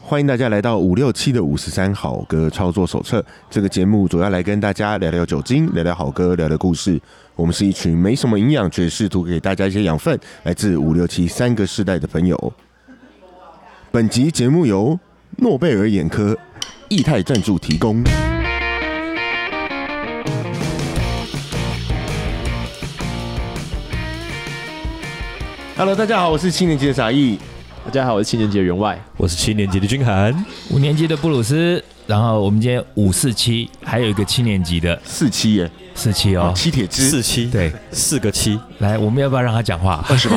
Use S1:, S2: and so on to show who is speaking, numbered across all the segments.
S1: 欢迎大家来到五六七的五十三好歌操作手册。这个节目主要来跟大家聊聊酒精，聊聊好歌，聊聊故事。我们是一群没什么营养，却试图给大家一些养分，来自五六七三个世代的朋友。本集节目由诺贝尔眼科液态赞助提供。Hello，大家好，我是七年级的傻义。
S2: 大家好，我是七年级的员外。
S3: 我是七年级的君涵，
S4: 五年级的布鲁斯，然后我们今天五四七，还有一个七年级的
S1: 四期耶，
S4: 四七哦。
S1: 七铁之
S3: 四七，
S4: 对，
S3: 四个七，
S4: 来，我们要不要让他讲话？
S1: 二十八，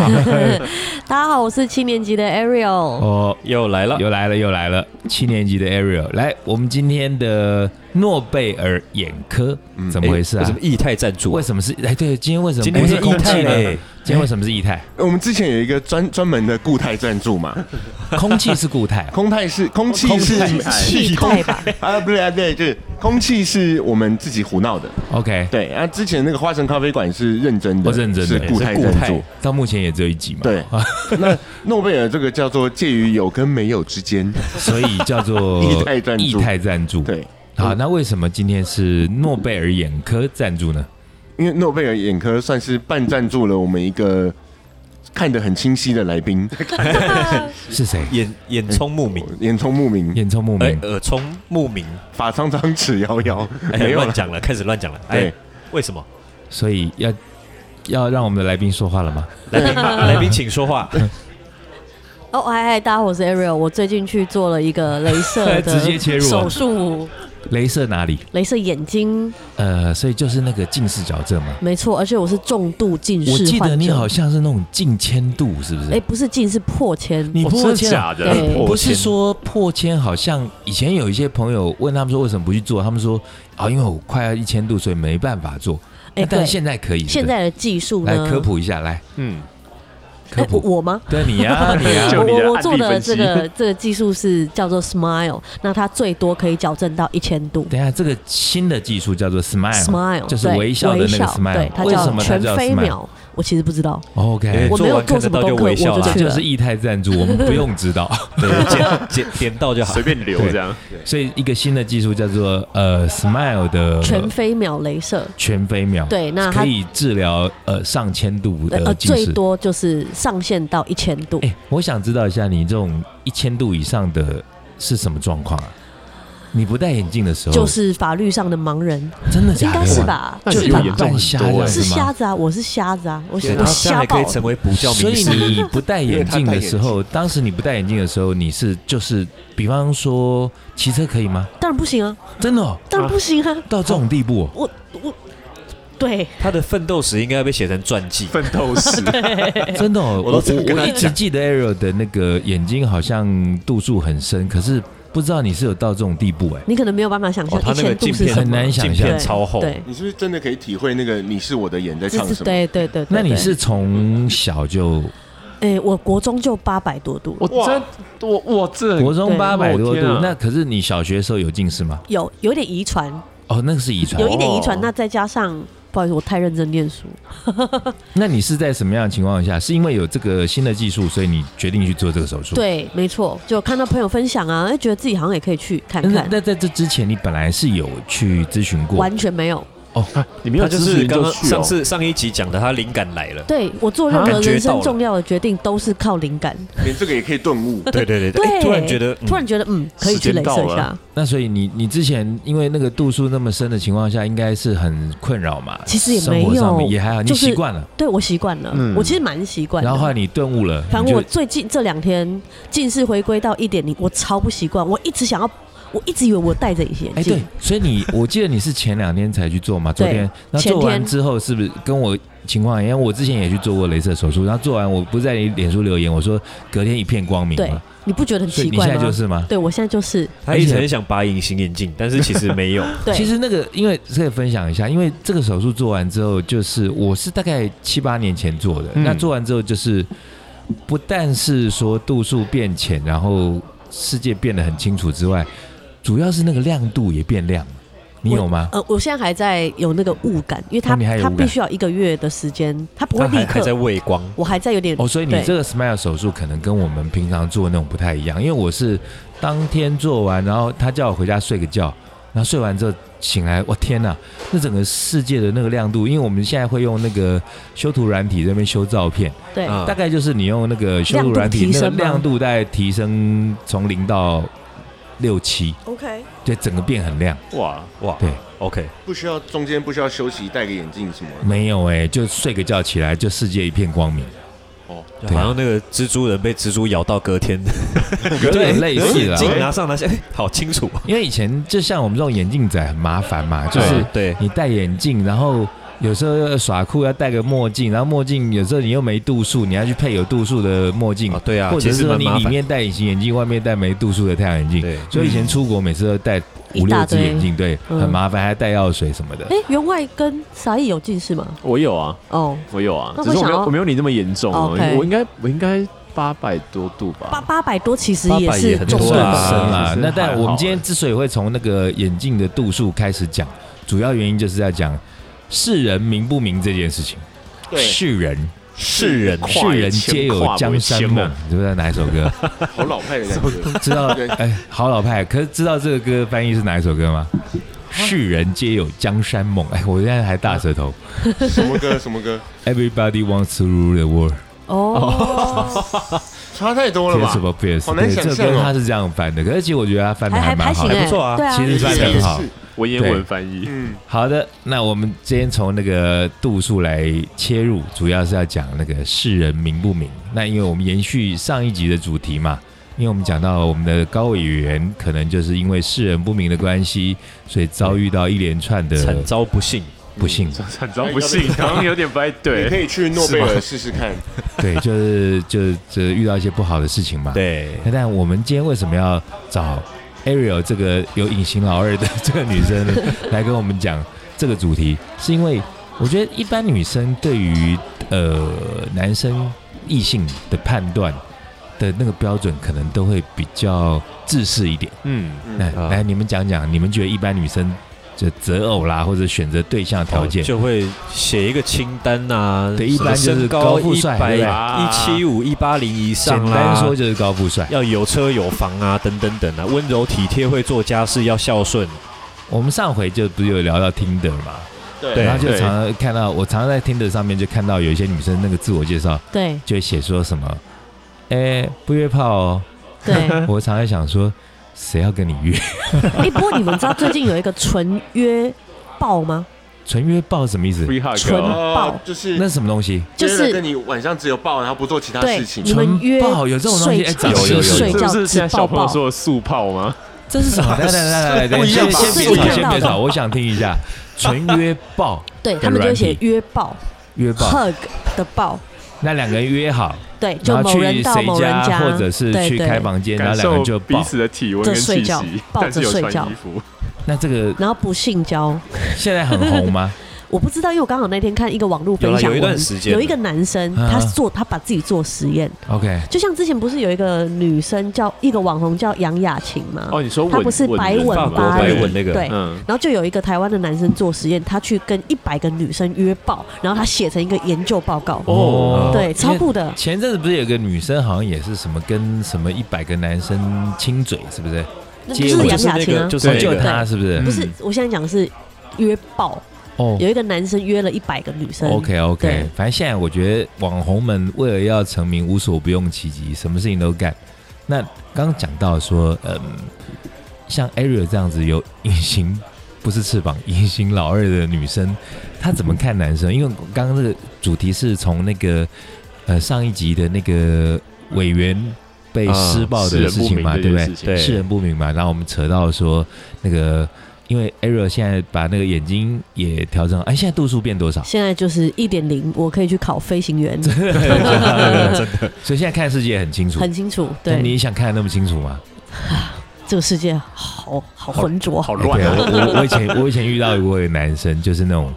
S5: 大家好，我是七年级的 Ariel。
S4: 哦，
S3: 又来了。
S4: 又来了，又来了，七年级的 Ariel，来，我们今天的诺贝尔眼科
S1: 嗯
S4: 怎么回事
S3: 为
S1: 哎
S3: 什
S4: 啊
S3: 么？液态赞助
S4: 为？什么是？哎，对，今天为什么
S3: 今天
S4: 不
S3: 是液
S4: 空气
S3: 态
S4: 呢？
S3: 嘞，
S4: 今天为什么是液态？
S1: 呃我们之前有一个专专门的固态赞助 嘛，哎
S4: 空气是固态啊，
S1: 空态是空气是
S5: 气态吧，
S1: 啊，不对啊，对，就是空气是我们自己胡闹的，
S4: OK，
S1: 对啊，之前那个花城咖啡馆是认真的，
S4: 哦认真
S1: 是
S4: 的
S1: 固态赞助，
S4: 到目前也只有一集嘛，
S1: 对，那诺贝尔这个叫做介于有跟没有之间，
S4: 所以叫做
S1: 液态赞助
S4: 液态赞助。
S1: 对，
S4: 好，
S3: 嗯
S4: 那为什么今天是诺贝尔眼科赞助呢？
S1: 因为诺贝尔眼科算是半赞助了我们一个看得很清晰的来宾，
S4: 是谁？
S3: 眼眼聪目明，
S1: 眼聪目明，
S4: 眼聪目
S3: 哎
S4: 明，，
S3: 耳聪目明，
S1: 发苍苍，齿摇摇，
S3: 哎，
S1: 没有
S3: 乱
S1: 了，
S3: 讲了，开始乱讲了。
S1: 对
S3: 哎，为什么？
S4: 所以要要让我们的来宾说话了吗？
S3: 来宾，来宾，请说 话。
S5: 哦，嗨嗨，大家好，我是 Ariel。我最近去做了一个镭射
S4: 直接切
S5: 的
S4: 入啊
S5: 手术，
S4: 镭射哪里？
S5: 镭射眼睛，
S4: 呃，所以就是那个近视矫正嘛。
S5: 没错，而且我是重度近视
S4: 我
S5: 患者。
S4: 记得你好像是那种近千度，是不是？
S5: 哎，不是近，是破千。
S4: 你
S3: 哦
S4: 破千、啊？
S3: 真的假的？
S5: 对
S3: 破
S4: 不是
S3: 千
S4: 说破千，好像以前有一些朋友问他们说为什么不去做，他们说啊，因为我快要一千度，所以没办法做。
S5: 哎，
S4: 但
S5: 对，
S4: 现在可以。
S5: 现在的技术
S4: 来
S5: 呢？
S4: 科普一下，来
S2: 嗯，
S4: 科
S5: 哎
S4: 普。
S5: 我吗？
S4: 对啊你呀，你呀，
S2: 就
S5: 我
S2: 你的
S5: 我
S2: 案
S5: 我
S2: 例
S5: 做的
S2: 分
S5: 这
S2: 析
S5: 个这个技术是叫做 Smile，那它最多可以矫正到一千度。
S4: 等一下，这个新的技术叫做 smile，,
S5: Smile
S4: 就是
S5: 对
S4: 微笑的那个 smile
S5: 对，它
S4: 为什
S5: 叫
S4: 么它
S5: 全
S4: 叫
S5: 飞
S4: smile？
S5: 秒。我其实不知道，
S4: OK，
S3: 哎
S5: 我没有
S3: 完看得
S5: 做什么
S3: 到就
S5: 功课
S3: 微笑
S5: 我
S3: 啦
S4: 这
S5: 就去
S4: 就是液态赞助，我们不用知道。
S3: 对，剪剪点到就好
S2: 随。便留这样。
S4: 所以一个新的技术叫做呃 smile 的
S5: 全飞秒镭射。
S4: 全飞秒，
S5: 对那它
S4: 可以治疗呃上千度
S5: 呃，
S4: 的近
S5: 最
S4: 视。
S5: 多就是上限到一千度。
S4: 哎，我想知道一下，你这种一千度以上的是什么状况啊？你不戴眼镜的时候，
S5: 就是法律上的盲人，
S4: 真的
S5: 应
S4: 假的？
S5: 该是？吧？
S2: 那
S4: 就
S2: 你
S5: 是
S2: 有
S5: 吧
S2: 严？重
S4: 半
S2: 很
S4: 瞎
S2: 多
S4: 这
S2: 哎
S4: 样
S5: 是
S4: 子吗
S5: 瞎？子啊，我是瞎子啊，我是
S3: 然
S5: 我
S3: 后这样
S5: 瞎
S3: 还可
S5: 爆
S3: 以成为补教
S4: 所
S3: 名
S4: 以
S3: 师，
S4: 你不戴眼镜的时候，当时你不戴眼镜的时候，你是就是，比方说骑车可以吗？
S5: 当然不行啊，
S4: 真的、哦、
S5: 当然不行啊，
S4: 到这种地 步、哦，
S5: 我我对，
S3: 他的奋斗史应该要被写成传记。
S2: 奋斗史，
S4: 真的、哦，
S2: 我
S4: 我
S2: 都
S4: 我
S2: 这样跟他
S4: 我一直记得 Ariel 的那个眼睛好像度数很深，可是不知道你是有到这种地步哎、
S5: 你可能没有办法想象
S3: 哦他
S5: 一
S3: 那个
S5: 千度
S3: 镜
S5: 是
S3: 片
S5: 什
S4: 很
S5: 么，
S4: 难想
S3: 镜
S4: 象
S3: 片
S5: 对，
S3: 超厚，
S5: 对，
S1: 你是不是真的可以体会那个“你是我的眼”在
S5: 这
S1: 唱
S5: 是
S1: 什么？
S5: 对对对对。
S4: 那你
S5: 对
S4: 是从小就
S5: 哎，我国中就八百多度，
S2: 我真我我这
S4: 国中
S5: 对
S4: 八百多
S2: 我
S4: 度、
S2: 天啊
S4: 那可是你小学的时候有近视吗？
S5: 有有一点遗传，
S4: 哦，那个是遗传
S5: 有。一点遗传
S2: 哦，
S5: 那再加上不好意思，我太认真念书，
S4: 那你是在什么样的情况下？是因为有这个新的技术，所以你决定去做这个手术？。
S5: 对，没错，就看到朋友分享啊，哎，觉得自己好像也可以去看
S4: 那
S5: 看，
S4: 那在这之前，你本来是有去咨询过？
S5: 完全没有。
S2: 你没有
S3: 他
S2: 咨
S3: 就是
S2: 询
S3: 刚
S2: 就
S3: 刚
S2: 去
S3: 上
S2: 哦。
S3: 次上一集讲的，他灵感来了。
S5: 对我做任
S2: 啊
S5: 何
S3: 感觉
S5: 人
S3: 到
S5: 生
S3: 了
S5: 重要的决定都是靠灵感。
S1: 连这个也可以顿悟。
S3: 对对对
S5: 对，
S3: 哎突然觉得，嗯
S5: 突然觉得嗯，可以去
S2: 时间
S5: 镭
S2: 到
S5: 射
S2: 了
S5: 一下。
S4: 那所以你你之前因为那个度数那么深的情况下，应该是很困扰嘛？
S5: 其实也
S4: 生活
S5: 没有
S4: 上面也还好，你
S5: 就是
S4: 习惯了。
S5: 对我习惯了，
S1: 嗯
S5: 我其实蛮习惯的。
S4: 然后后来你顿悟了，
S5: 反
S4: 你
S5: 正
S4: 就
S5: 我最近这两天近视回归到一点零，我超不习惯，我一直想要，我一直以为我戴着隐形眼
S4: 哎对
S5: 镜，，
S4: 所以你我记得你是前两天才去做嘛，昨
S5: 对
S4: 天那
S5: 前
S4: 做完
S5: 天
S4: 之后是不是跟我情况一样？我之前也去做过镭射手术，然后做完我不是在你脸书留言，我说隔天一片光明
S5: 对
S4: 嘛，
S5: 你不觉得很
S4: 所以
S5: 奇
S4: 你现
S5: 怪
S4: 在
S5: 吗
S4: 就？是吗？
S5: 对我现在就是
S3: 他一直很想拔隐形眼镜，但是其实没 有。
S5: 对，
S4: 其实那个，因为可以分享一下，因为这个手术做完之后，就是我是大概七八年前做的。
S2: 嗯
S4: 那做完之后，就是不但是说度数变浅，然后世界变得很清楚之外，主要是那个亮度也变亮了。你有吗？
S5: 呃，我现在还在有那个雾感，因为它
S4: 那你还有
S5: 它
S4: 雾感
S5: 必须要一个月的时间，它不会
S3: 他还
S5: 立
S3: 还在
S5: 刻。
S3: 喂光，
S5: 我还在有点
S4: 哦，所以你
S5: 对
S4: 这个 smile 手术可能跟我们平常做的那种不太一样，因为我是当天做完，然后他叫我回家睡个觉，然后睡完之后醒来，我天哪，那整个世界的那个亮度，因为我们现在会用那个修图软体在那边修照片，
S5: 对
S3: 嗯
S4: 大概就是你用那个修
S5: 亮
S4: 图
S5: 度
S4: 软体
S5: 提
S4: 那个
S5: 升吗
S4: 亮度大概提升从零到六七，
S5: ，OK，
S4: 对，整个变很亮。
S2: 哇，
S3: 哇，
S4: 对
S3: ，OK，
S1: 不需要中间不需要休息，戴个眼镜什么的。
S4: 没有哎、就睡个觉起来就世界一片光明，
S3: 就
S4: 对啊
S3: 好像那个蜘蛛人被蜘蛛咬到隔 天，
S4: 有点类似
S3: 眼
S4: 啊。
S3: 镜拿上拿下，哎，好清楚，
S4: 因为以前就像我们这种眼镜仔很麻烦嘛，就是
S3: 对
S4: 你戴眼镜，然后有时候要耍酷要戴个墨镜，然后墨镜有时候你又没度数，你要去配有度数的墨镜，
S3: 啊，对啊，
S4: 或
S3: 其
S4: 者是
S3: 实
S4: 说
S3: 蛮
S4: 你
S3: 麻
S4: 里
S3: 烦
S4: 面戴隐形眼镜，外面戴没度数的太阳眼镜。
S3: 对，
S4: 所以以前出国每次都戴
S5: 一
S4: 五六
S5: 大
S4: 只
S5: 堆
S4: 眼镜，对，
S5: 嗯
S4: 很麻烦，还带药水什么的。
S5: 哎，员外跟沙溢有近视吗？
S2: 我有啊，
S5: 哦，
S2: 我有啊，
S5: 那
S2: 只
S5: 会
S2: 是我
S5: 想
S2: 没有
S5: 要
S2: 我没有你那么严重哦
S5: OK，
S2: 我应该我应该八百多度
S5: 八
S2: 吧，
S5: 八百多其实
S3: 800
S5: 也
S3: 也
S5: 是
S3: 很
S5: 中
S3: 多
S5: 度
S4: 深
S3: 啊
S5: 了，
S4: 啦
S2: 其。实
S4: 那但
S2: 还
S4: 我
S2: 好
S4: 们今天之所以会从那个眼镜的度数开始讲，主要原因就是要讲世人明不明这件事情。世人，
S3: 世人
S2: 跨
S4: 世
S2: 越
S4: 人
S2: 千
S4: 皆有
S2: 跨不
S4: 江山
S2: 千
S4: 梦
S2: 嘛，
S4: 你知不知道哪一首歌？
S1: 好老派的感 觉。
S4: 知道
S1: 对？
S4: 哎，好老派。可是知道这个歌翻译是哪一首歌吗？
S1: 啊
S4: 世人皆有江山梦。哎，我现在还大舌头。
S1: 什么歌？什么歌？
S4: Everybody wants to rule the world。
S5: 哦，
S1: 差太多了吧
S4: Pierce？of Pierce。
S1: 好难
S4: 对
S1: 想
S4: 这
S1: 象
S4: 个歌
S1: 哦
S4: 他是这样翻的，可是其实我觉得他翻的
S5: 还还
S4: 蛮
S5: 还
S4: 好
S5: 行
S4: 的。
S5: 哎，
S3: 不错啊
S5: 对啊，
S4: 其实翻
S1: 是
S4: 的很好
S1: 是。
S2: 文言文翻译，
S1: 嗯，
S4: 好的，那我们今天从那个度数来切入，主要是要讲那个世人明不明。那因为我们延续上一集的主题嘛，因为我们讲到我们的高委员可能就是因为世人不明的关系，所以遭遇到一连串
S3: 惨
S4: 的
S3: 遭不幸，
S4: 不幸。
S2: 惨
S1: 哎
S2: 遭不幸， 好像有点不太
S1: 你可
S2: 对。
S1: 以去诺贝尔试试看。
S4: 对，就是就是就是遇到一些不好的事情嘛。。
S3: 对，
S4: 那哎但我们今天为什么要找 Ariel 这个有隐形老二的这个女 生呢，来跟我们讲这个主题？是因为我觉得一般女生对于呃男生异性的判断的那个标准，可能都会比较自私一点。
S3: 嗯，
S4: 那、
S3: 啊
S4: 来，你们讲讲，你们觉得一般女生就择偶啦，或者选择对象的条件，
S3: 哦就会写一个清单呐，
S4: 对一般就是
S3: 什么身
S4: 高
S3: 高
S4: 富
S3: 一
S4: 帅
S3: 百
S4: 对
S2: 吧
S3: 一七五一八零以
S4: 简
S3: 上啦，
S4: 单说就是高富帅。
S3: 要有车有房啊，等等等啊，温柔体贴，会做家事，要孝顺，
S4: 我们上回就不是有聊到听的嘛，
S3: 对
S4: 然后就常常看到，我常常在听的上面就看到有一些女生那个自我介绍
S5: 对
S4: 就会写说什么，哎、不约炮哦。
S5: 对。
S2: 嗯
S4: 我常常想说，谁要跟你约？
S5: 哎、不过你们知道最近有一个纯约报吗？
S4: 纯约炮什么意思？
S2: Free hug
S5: 纯
S2: 哦
S1: 哦，就是
S4: 那是什么东西？
S5: 就
S1: 约了跟
S5: 是
S1: 你晚上只有抱，然后不做其他
S5: 对
S1: 事情。
S5: 你们约
S4: 纯爆有这种东西哎
S5: 睡
S4: 早
S5: 一
S4: 期有
S5: 起
S4: 有有
S5: 睡
S2: 是
S5: 觉
S2: 不是
S5: 只
S2: 现在小
S5: 抱
S2: 朋友
S5: 抱，
S2: 说的速泡吗？
S4: 这是什
S2: 啊
S4: 啊么？来来来来来，先先
S5: 最
S4: 别
S5: 近
S4: 吵，
S5: 看
S4: 先
S5: 到
S4: 别
S5: 的
S4: 吵，我想听一下纯约炮
S5: 对他们就会
S4: 软
S5: 写
S4: 体
S5: 约报
S4: 约炮，
S5: hug 的报，
S4: 那两个人约好，
S5: 对，就
S4: 然后
S5: 某
S4: 去
S5: 人到
S4: 谁
S5: 某人家，
S4: 或者是
S5: 对
S4: 去
S5: 对
S4: 开房间，然
S2: 感
S4: 后两个
S2: 受
S4: 人就
S2: 彼
S4: 抱。
S2: 此的体温跟
S5: 这睡
S2: 气
S5: 觉
S2: 息，
S5: 抱
S2: 但是有
S5: 这睡
S2: 穿
S5: 觉
S2: 衣服。
S4: 那这个
S5: 然后不性交。
S4: 现在很红 吗？
S5: 我不知道，因为我刚好那天看一个网络分
S3: 有啦
S5: 享
S3: 有一
S5: 文，
S3: 段时间
S5: 有一个男生，
S4: 啊
S5: 他做他把自己做实验，
S4: OK，
S5: 就像之前不是有一个女生叫一个网红叫杨雅琴吗？
S2: 哦，你说
S5: 他
S2: 吻
S5: 不是
S2: 吻
S5: 白
S2: 人
S5: 吻
S2: 吗
S3: 法国
S5: 巴
S3: 白
S5: 黎，
S3: 吻那个，
S5: 对，
S2: 嗯，
S5: 然后就有一个台湾的男生做实验，他去跟一百个女生约炮，然后他写成一个研究报告，
S4: 哦
S5: 对，超酷的。
S4: 前阵子不是有个女生，好像也是什么跟什么一百个男生亲嘴，是不是？
S5: 那
S4: 接
S5: 就
S4: 吻
S5: 是
S3: 就
S5: 杨
S3: 是
S5: 雅
S3: 那
S5: 琴
S3: 个
S5: 啊，
S3: 就是
S4: 哦，
S3: 那
S4: 就
S3: 个，
S4: 她是不是？
S5: 不是，我现在讲的是约爆，
S4: 哦
S5: 有一个男生约了一百个女生。
S4: ，OK OK，
S5: 对
S4: 反正现在我觉得网红们为了要成名，无所不用其极，什么事情都干。那刚刚讲到说，嗯，像 Ariel 这样子有隐形。不是翅膀，隐形老二的女生，她怎么看男生？因为刚刚这个主题是从那个呃上一集的那个委员被
S3: 啊
S4: 施暴
S2: 世
S4: 的
S2: 人
S4: 事
S2: 不
S4: 情
S2: 明
S4: 嘛，
S2: 这
S4: 对不
S2: 件
S4: 对
S2: 事？情，
S3: 对
S4: 世人不明嘛。然后我们扯到说那个，因为 Ariel 现在把那个眼睛也调整，哎，现在度数变多少？
S5: 现在就是一点零，我可以去考飞行员，
S4: 所以现在看世界很清楚。
S5: 很清楚。
S4: 那你
S5: 对，
S4: 想看得那么清楚吗？
S5: 这个世界好好浑浊，
S2: 好
S4: 哎
S2: 乱
S4: 对啊
S2: 哦。
S4: 我我我以前我以前遇到过一个男生，就是那种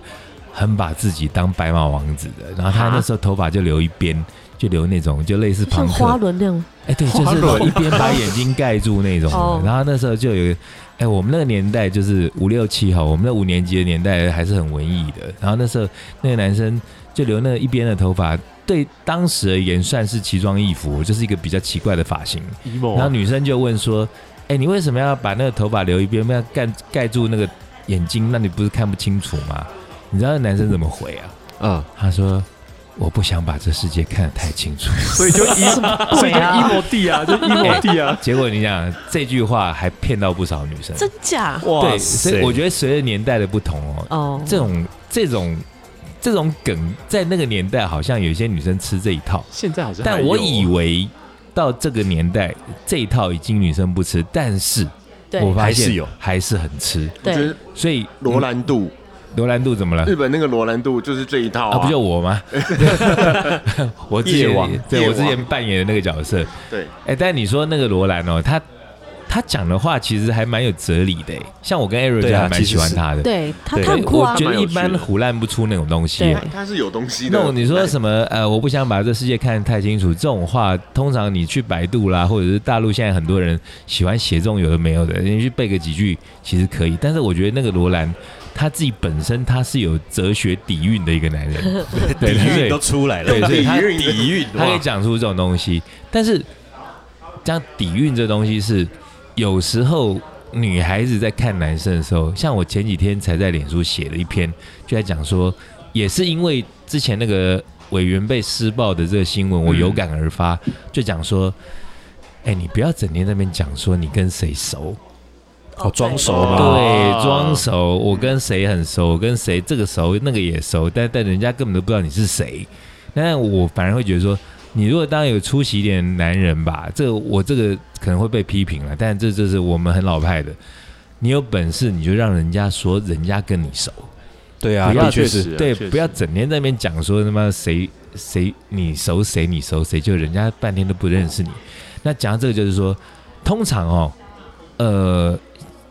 S4: 很把自己当白马王子的，然后他那时候头发就留一边，就留那种就类似
S5: 像
S4: 朋
S5: 花
S4: 克，
S5: 轮那样，
S4: 哎，对，就
S2: 花
S4: 是
S2: 轮
S4: 一边把眼睛盖住那种
S5: 哦
S4: 的。然后那时候就有，哎，我们那个年代就是五六七哈，我们那五年级的年代还是很文艺的。然后那时候那个男生就留那一边的头发，对当时而言算是奇装异服，就是一个比较奇怪的发型。
S2: emo，
S4: 啊
S2: 啊
S4: 然后女生就问说：“哎、你为什么要把那个头发留一边，要盖盖住那个眼睛？那你不是看不清楚吗？”你知道那男生怎么回啊？
S2: 啊，
S4: 他说：“我不想把这世界看得太清楚。
S2: 所以就 emo，所以就 emo 弟啊，就 emo 弟啊”，
S4: 结果你想这句话还骗到不少女生。
S5: 真假？
S2: 哇
S4: 对，所以我觉得随着年代的不同哦，
S5: 哦，
S4: 这种这种这种梗在那个年代好像有些女生吃这一套。
S2: 现在好像还有，
S3: 哎
S4: 但我以为到这个年代这一套已经女生不吃，但是
S5: 对
S4: 我发
S3: 还是
S4: 现
S3: 有
S4: 还是很吃。
S1: 我觉
S5: 对
S1: 得
S4: 所以
S1: 罗兰度，
S4: 罗兰度怎么了
S1: 日？本那个罗兰度就是这一套
S4: 啊，不就我吗？我之
S1: 夜王
S4: 前对
S1: 夜
S4: 我之前
S1: 王
S4: 扮演的那个角色，
S1: 对，
S4: 哎，但你说那个罗兰哦，他他讲的话其实还蛮有哲理的，哎像我跟 Aaron
S3: 对
S4: 就
S3: 啊
S4: 还蛮
S3: 其实
S4: 喜欢
S3: 是
S4: 他的，
S5: 对，他
S3: 对
S5: 他很酷
S4: 我
S5: 啊
S4: 觉，得一
S2: 蛮有
S4: 般
S2: 趣的
S4: 胡乱不出那种东西
S5: 对。
S4: 哎
S1: 他是有东西的。
S4: 那种你说什么呃，我不想把这世界看得太清楚，这种话通常你去百度啦，或者是大陆现在很多人喜欢写这种有的没有的，你去背个几句其实可以。但是我觉得那个罗兰他自己本身他是有哲学底蕴的一个男人，对
S3: 底蕴
S4: 对
S3: 都出来了
S4: 对，，所以他
S1: 底蕴的
S3: 底蕴
S4: 他可以
S3: 哇，
S4: 讲出这种东西。但是，像底蕴这东西是有时候女孩子在看男生的时候，像我前几天才在脸书写了一篇，就在讲说，也是因为之前那个委员被施暴的这个新闻，我有感而发，就讲说，哎、你不要整天在那边讲说你跟谁熟，
S3: 哦，装熟
S2: 啊
S3: 嘛，
S4: 对，装熟，我跟谁很熟，我跟谁这个熟，那个也熟，但但人家根本都不知道你是谁。但我反而会觉得说，你如果当有出息一点的男人吧，这个我这个可能会被批评了，但这就是我们很老派的。你有本事你就让人家说人家跟你熟，
S3: 对啊，
S4: 不要
S3: 的确
S2: 确
S3: 是
S2: 实啊
S4: 对，
S2: 确实
S4: 不要整天在那边讲说他妈谁谁你熟谁你熟谁，就人家半天都不认识你。那讲到这个，就是说，通常哦，呃，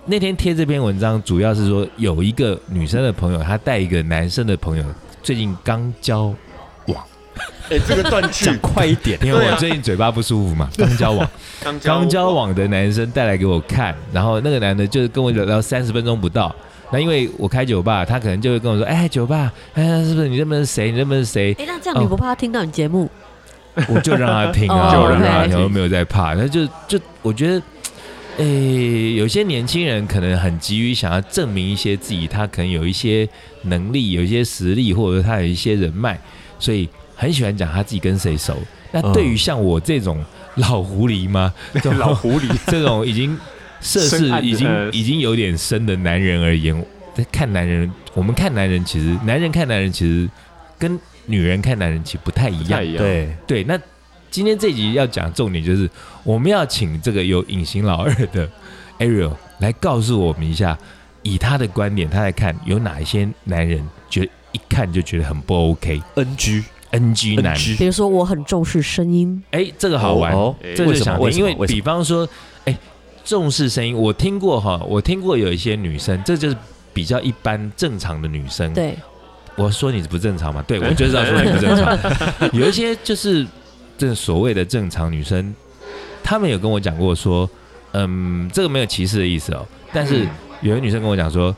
S4: 那天贴这篇文章主要是说有一个女生的朋友，她带一个男生的朋友，最近刚交，
S1: 哎，这个断句
S3: 讲快一点，
S4: 因为
S1: 对啊
S4: 我最近嘴巴不舒服嘛，刚交往。
S1: 刚
S4: 刚交往的男生带来给我看，然后那个男的就是跟我聊聊三十分钟不到。那因为我开酒吧，他可能就会跟我说：“哎，酒吧，哎，是不是你认不认识谁？你认不认识谁
S5: 哎，那这样你
S4: 哦
S5: 不怕他听到你节目？？”
S4: 我就让他听啊，
S5: 哦
S4: 我就让他
S5: OK
S4: 听，我没有在怕。那就就我觉得，诶，有些年轻人可能很急于想要证明一些自己，他可能有一些能力，有一些实力，或者他有一些人脉，所以很喜欢讲他自己跟谁熟。那对于像我这种老狐狸吗？这种
S2: 嗯老狐狸，
S4: 这种已经涉世
S2: 深暗的
S4: 已
S2: 呃
S4: 经已经有点深的男人而言，在看男人，我们看男人其实男人看男人其实跟女人看男人其实不太一
S2: 不
S4: 样
S2: 太。一样，
S3: 对，
S4: 对，那今天这集要讲重点就是我们要请这个有隐形老二的 Ariel 来告诉我们一下，以他的观点，他来看有哪一些男人觉得一看就觉得很不 OK。
S3: NG
S4: NG 男，
S5: 比
S3: NG，
S5: 如说我很重视声音，
S4: 哎，这个好玩，
S3: 哦
S2: 哎
S4: 这
S3: 为
S4: 就
S3: 什么
S4: 想
S3: 为
S4: 听，
S3: 什
S4: 因
S3: 么
S4: 为
S3: 为什
S4: 比方说，哎，重视声音，我听过哈，我听过有一些女生，这就是比较一般正常的女生。，
S5: 对，
S4: 我说你是不正常嘛？ 对，我就是要说你不正常。有一些就是这所谓的正常女生，她们有跟我讲过说，嗯，这个没有歧视的意思哦，但是
S5: 嗯
S4: 有一个女生跟我讲说，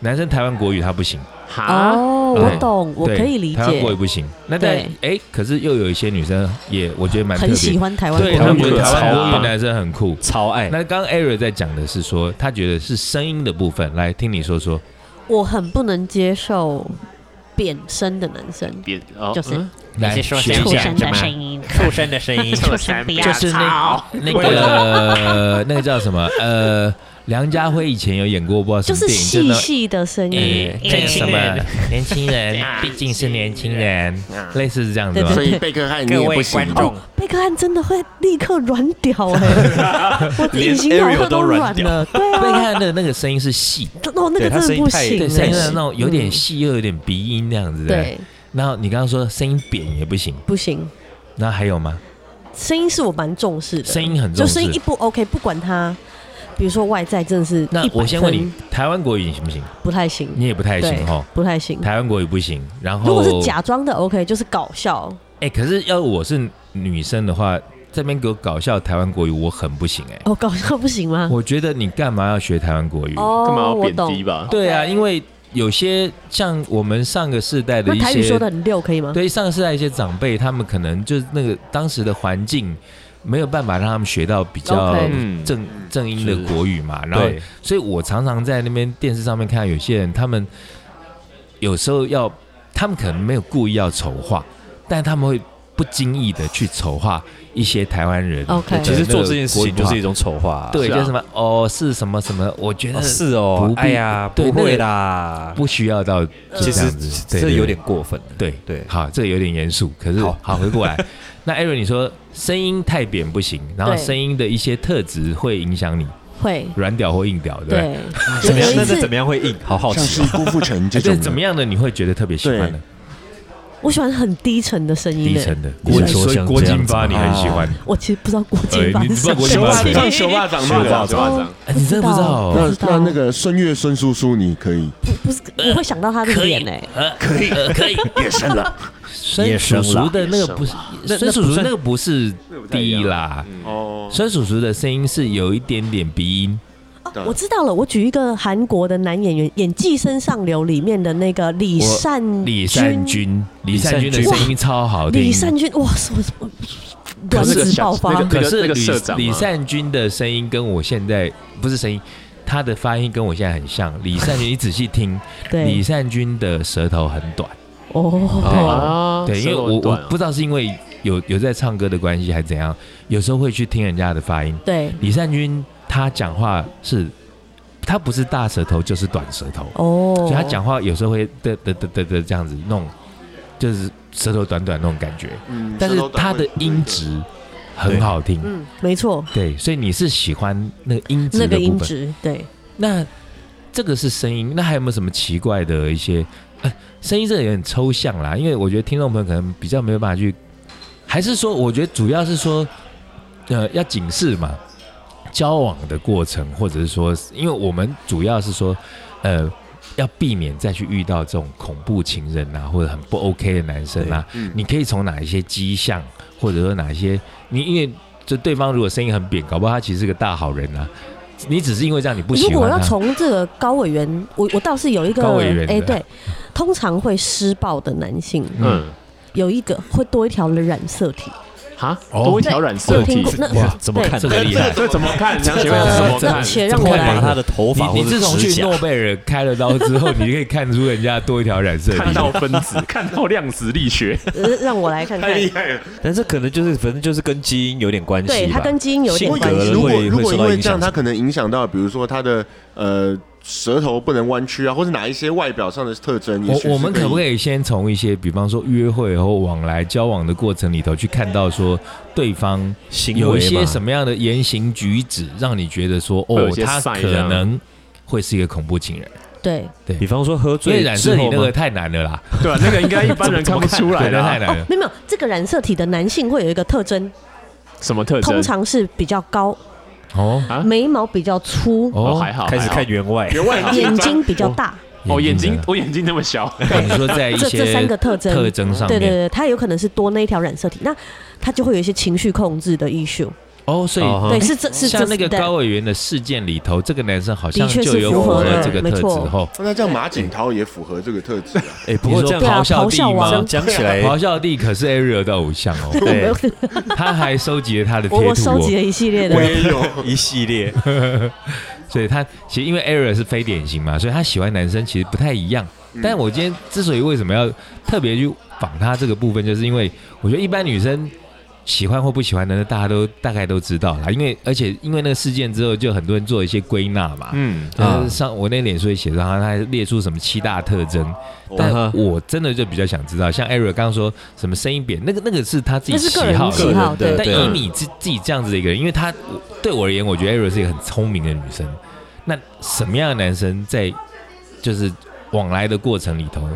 S4: 男生台湾国语她不行。
S2: 哈，
S5: 哦，
S4: 啊对
S5: 我懂，我
S4: 对
S5: 可以理
S4: 台湾国语
S5: 解，
S4: 不行。那但
S5: 对
S4: 哎，可是又有一些女生也我觉得蛮特
S5: 很
S4: 别
S5: 喜
S4: 的，
S5: 欢台湾
S4: 对
S5: 国
S4: 他
S5: 语
S4: 们觉得
S2: 国语
S4: 台湾国
S2: 超
S4: 语
S2: 棒
S4: 男生很酷。
S3: 超爱，
S4: 那刚刚 Ariel 在讲的是说，他觉得是声音的部分，来听你说说。
S5: 我很不能接受变声的男生，
S2: 别哦
S5: 就是
S2: 嗯
S4: 来
S6: 你是说
S4: 学
S6: 声
S4: 一
S6: 音
S4: 下，
S6: 的声 音，畜生的声 音，畜生不要
S4: 就是那
S6: 吵。
S4: 那个那个叫什么呃，梁家辉以前有演过，不知道
S5: 就
S4: 什么
S5: 是
S4: 电影，真
S5: 细
S4: 的。
S5: 细的声音，
S4: 呃，这个什么年轻人，毕竟是年轻人，类似是这样子吧
S5: 对
S1: 所
S5: 对。
S1: 以贝克汉你
S6: 各
S1: 也不
S6: 位
S1: 行
S6: 观，众，
S5: 贝克汉真的会立刻软屌 哎、我隐形老二都软了，对
S4: 贝克
S5: 啊，
S4: 汉的那个声音是细，
S5: 哦，那个真的不行、
S4: 对，
S5: 哎
S4: 声音嗯是那种有点细又有点鼻音那样子。
S5: 对，
S4: 然后你刚刚说声音扁也不行，
S5: 不行，
S4: 那还有吗？
S5: 声音是我蛮重视的，
S4: 声音很
S5: 就
S4: 重视
S5: 声。音一不 OK，不管它，比如说外在真的是，
S4: 那我先问你，，台湾国语你行不行？
S5: 不太行，
S4: 你也不太行
S5: 对
S4: 哈。
S5: 不太行。
S4: 台湾国语不行，然后
S5: 如果是假装的 OK，就是搞笑，
S4: 哎、哎、可是要我是女生的话，这边给我搞笑台湾国语，我很不行哎、
S5: 哦，搞笑不行吗？
S4: 我觉得你干嘛要学台湾国语？
S5: 哦，
S2: 干嘛要
S5: 我
S2: 贬
S5: 懂
S2: 低。吧？
S4: 对啊，
S5: 对
S4: 因为有些像我们上个世代的
S5: 那
S4: 一
S5: 台语
S4: 些，
S5: 说的很溜，可以吗？
S4: 对上个世代一些长辈，他们可能就是那个当时的环境没有办法让他们学到比较
S5: OK
S2: 嗯
S4: 正正音的国语嘛，然后
S3: 对
S4: 所以我常常在那边电视上面看到有些人，他们有时候要，他们可能没有故意要丑化，但他们会不经意的去丑化一些台湾人。
S5: OK
S3: 其实做这件事情就是一
S4: 种
S3: 种丑化啊，
S4: 对，
S2: 是啊
S4: 就是什么哦，是什么什么，我觉
S3: 哦
S4: 得
S3: 是哦
S4: 不，必
S3: 哎呀，
S4: 对
S3: 不
S4: 那
S3: 会
S4: 个
S3: 啦，
S4: 不需要到
S3: 其
S4: 呃这
S3: 实
S4: 样子对
S3: 这
S4: 对
S3: 有点过分了，
S4: 对
S3: 对，
S4: 好，这个有点严肃，可是
S3: 好
S4: 好回过 来。那 Aaron，你说声音太扁不行，然后
S5: 对
S4: 声音的一些特质会影响你
S5: 会，
S4: 软屌或硬屌，对不对？
S5: 对，
S3: 怎么样
S5: 有？
S3: 那那
S5: 一
S3: 怎么
S5: 次
S3: 样会硬？好好
S1: 像是
S3: 奇哦，
S1: 郭富城这
S4: 哎
S1: 种
S4: 对，
S1: 的
S4: 怎么样的你会觉得特别喜欢呢？
S5: 我喜欢很低沉的声音
S4: 低
S5: 的。
S4: 沉的，
S3: 你是
S4: 所
S3: 说
S4: 以
S3: 像
S4: 郭
S3: 这样
S4: 金
S3: 子
S4: 发
S3: 吗
S4: 你很喜欢？
S5: 我其实不知道郭
S4: 哎
S5: 靖吧
S4: 你
S5: 是
S4: 不知道
S5: 谁
S4: 郭靖
S2: 熊
S4: 吧是
S2: 霸掌，熊霸掌嘛，
S1: 熊霸
S2: 熊霸掌。
S4: 哎你真的不知道
S5: 不
S4: 哦？
S1: 那
S5: 知
S1: 那
S5: 道
S1: 那个孙悦孙叔叔，你可以
S5: 不是，我会想到他的脸哎，
S1: 可以可以变身了，
S4: 孙
S3: 夜
S4: 叔
S3: 生
S4: 叔
S3: 啦
S4: 的那个不是，
S3: 那
S4: 孙
S3: 那
S4: 叔
S3: 不
S4: 叔
S3: 算
S4: 那个不是低啦，
S2: 哦，
S4: 孙叔叔的声音是有一点点鼻音，
S5: 哦我知道了。我举一个韩国的男演员，演《寄生上流》里面的那个李
S4: 我
S5: 善
S4: 李善哦均，李善均的
S3: 李善均
S4: 声音超好听，
S5: 李善均，哇，什么什么
S2: 可
S5: 卵
S2: 是
S5: 子爆发
S2: 那个
S4: 可是
S2: 那个
S4: 李
S2: 社长嘛
S4: 李善均的声音跟我现在不是声音，他的发音跟我现在很像。李善均，你仔细听，李
S5: 对，
S4: 善均的舌头很短，
S5: 哦，
S2: 啊
S4: 对，因为
S2: 舌头
S4: 我
S2: 很
S4: 我
S2: 短啊
S4: 不知道是因为有有在唱歌的关系还是怎样，有时候会去听人家的发音。
S5: 对，
S4: 李善均他讲话是，他不是大舌头就是短舌头，
S5: 哦，
S4: 所以他讲话有时候会的的的的的这样子弄，就是舌头短短那种感觉，
S1: 嗯
S4: 但是他的音质很好听。
S5: 嗯，没错，
S4: 对，所以你是喜欢那个音质
S5: 那
S4: 的
S5: 个
S4: 部
S5: 音
S4: 分。
S5: 质，对，
S4: 那这个是声音，那还有没有什么奇怪的一些？呃，声音这个也很抽象啦，因为我觉得听众朋友可能比较没有办法去，还是说，我觉得主要是说，呃，要警示嘛，交往的过程，或者是说，因为我们主要是说，呃。要避免再去遇到这种恐怖情人啊，或者很不 OK 的男生啊，
S1: 嗯
S4: 你可以从哪一些迹象，或者说哪一些你因为就对方如果声音很扁，搞不好他其实是个大好人啊。你只是因为这样你不
S5: 如
S4: 喜
S5: 果
S4: 欢
S5: 要
S4: 他，
S5: 从这个高委员，我我倒是有一个
S4: 高委员，
S5: 哎，
S4: 对
S5: 对，通常会施暴的男性
S2: 嗯，
S5: 有一个会多一条的染色体，
S2: 哈，
S3: 哦
S2: 多一条染色
S5: 我听
S2: 体
S5: 过，那
S3: 哇，怎么
S5: 对
S3: 看
S4: 这
S3: 这
S4: 个
S3: 个
S4: 厉
S3: 厉
S4: 害
S3: 害？
S2: 这怎么看？梁
S5: 这
S2: 姐妹
S5: 个
S2: 怎么
S5: 这个
S2: 看？
S3: 怎
S5: 且让
S3: 么
S5: 我
S3: 会把
S5: 来，
S3: 他的头
S4: 你
S3: 发或
S4: 你自
S3: 者
S4: 从
S3: 指
S4: 去
S3: 甲
S4: 诺贝尔开了刀之后，你就可以看出人家多一条染色体。
S2: 看到分子，看到量子力学，
S5: 呃让我来看看
S1: 太，厉害了。
S3: 但这可能就是反正就是跟基因有点关系吧。
S5: 对，它跟基因有点
S3: 性格
S5: 关
S3: 了
S5: 系
S1: 如。果
S3: 会
S1: 如果
S3: 会受
S1: 因
S3: 到
S1: 为
S3: 影
S1: 这样，
S3: 响
S1: 他可能影响到，比如说他的呃舌头不能弯曲啊，或者哪一些外表上的特征。也许是
S4: 我我们可不可
S1: 以？
S4: 以先从一些，比方说约会或往来交往的过程里头，去看到说对方
S3: 行为
S4: 有一些
S3: 嘛
S4: 什么样的言行举止，让你觉得说
S2: 会
S4: 哦
S2: 有一，些
S4: 他
S2: sign
S4: 可
S2: 这样
S4: 能会是一个恐怖情人。
S5: 对，
S3: 比方说喝
S4: 因为
S3: 醉
S4: 染
S3: 之
S4: 色体
S3: 后
S4: 那
S3: 吗
S4: 个？太难了啦，
S2: 对啊，那个应该一般人看不出来
S4: 对，
S2: 的
S4: 那太
S2: 啊。
S4: 难
S5: 哦
S4: 了，。
S5: 没有没有，这个染色体的男性会有一个特征，
S2: 什么特征
S5: 通？常是比较高，
S4: 哦
S2: 啊
S5: 眉毛比较粗，
S2: 哦，还好，
S3: 开始
S2: 还好
S3: 看员外，啊
S1: 员外
S5: 眼睛比较大，
S2: 哦，眼睛
S4: 的，
S3: 哎
S2: 我眼睛那么小，
S4: 你 说在一
S5: 这这三个
S4: 些
S5: 特征，
S4: 特征哦上
S5: 对对
S4: 面，
S5: 对，他有可能是多那一条染色体，那他就会有一些情绪控制的 issue。
S4: 哦，所
S3: 哦
S4: 以
S5: 对，是这是
S4: 像
S5: 这
S4: 那个
S5: 对
S4: 高委员的事件里头，这个男生好像
S5: 的确是
S4: 就有
S5: 符合
S4: 合
S1: 的
S4: 这个
S5: 没
S4: 特
S5: 错
S4: 质后，
S1: 那这样马景涛也符合这个特质啊。
S3: 哎，不
S4: 你
S3: 过
S4: 说
S3: 这样
S5: 对啊
S3: 好
S4: 咆哮
S5: 咆哮
S4: 帝
S5: 王
S4: 吗
S5: 像？
S3: 讲起 来，
S4: 咆哮帝可是 Ariel 的偶像哦，
S5: 我没有
S3: 对，
S4: 他还收集了他的
S5: 我
S4: 贴
S5: 我
S4: 图
S5: 收集
S4: 哦，
S5: 了一系列的
S1: 我，也 有，
S3: 一系列
S4: 所以他其实因为 Ariel 是非典型嘛，所以他喜欢男生其实不太一样。
S5: 嗯
S4: 但我今天之所以为什么要特别去访他这个部分，就是因为我觉得一般女生喜欢或不喜欢的，那大家都大概都知道啦。因为而且因为那个事件之后，就很多人做一些归纳嘛。
S2: 嗯，
S4: 啊，上我那脸书也写上，他列出什么七大特征，
S5: 哦
S4: 但
S3: 啊哈
S4: 我真的就比较想知道，像艾瑞刚刚说什么声音扁，那个那个是他自己
S5: 那是
S4: 喜
S5: 个人
S4: 好
S5: 喜
S4: 的，
S5: 好，
S3: 个人的
S4: 但
S5: 对
S3: 对
S4: 以
S3: 啊
S4: 你自自己这样子的一个人，因为他我对我而言，我觉得艾瑞是一个很聪明的女生。那什么样的男生在就是往来的过程里头，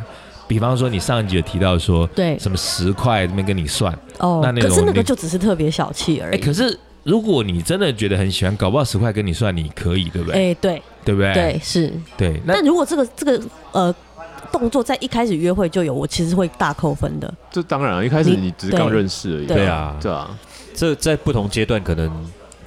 S4: 比方说你上一集有提到说
S5: 对
S4: 什么十块那边跟你算，
S5: 哦
S4: 那。那
S5: 可
S4: 种
S5: 是那个
S4: 你
S5: 就只是特别小气而
S4: 哎，可
S5: 已。
S4: 是如果你真的觉得很喜欢，搞不好十块跟你算，你可以对不对？
S5: 哎，对
S4: 对不对？
S5: 对是，
S4: 对，那
S5: 但如果这个这个呃动作在一开始约会就有，我其实会大扣分的。
S2: 这当然啊，一开始
S5: 你
S2: 你只是刚
S5: 对
S2: 认识而已，
S5: 对
S3: 对啊，
S2: 对啊，
S3: 这在不同阶段可能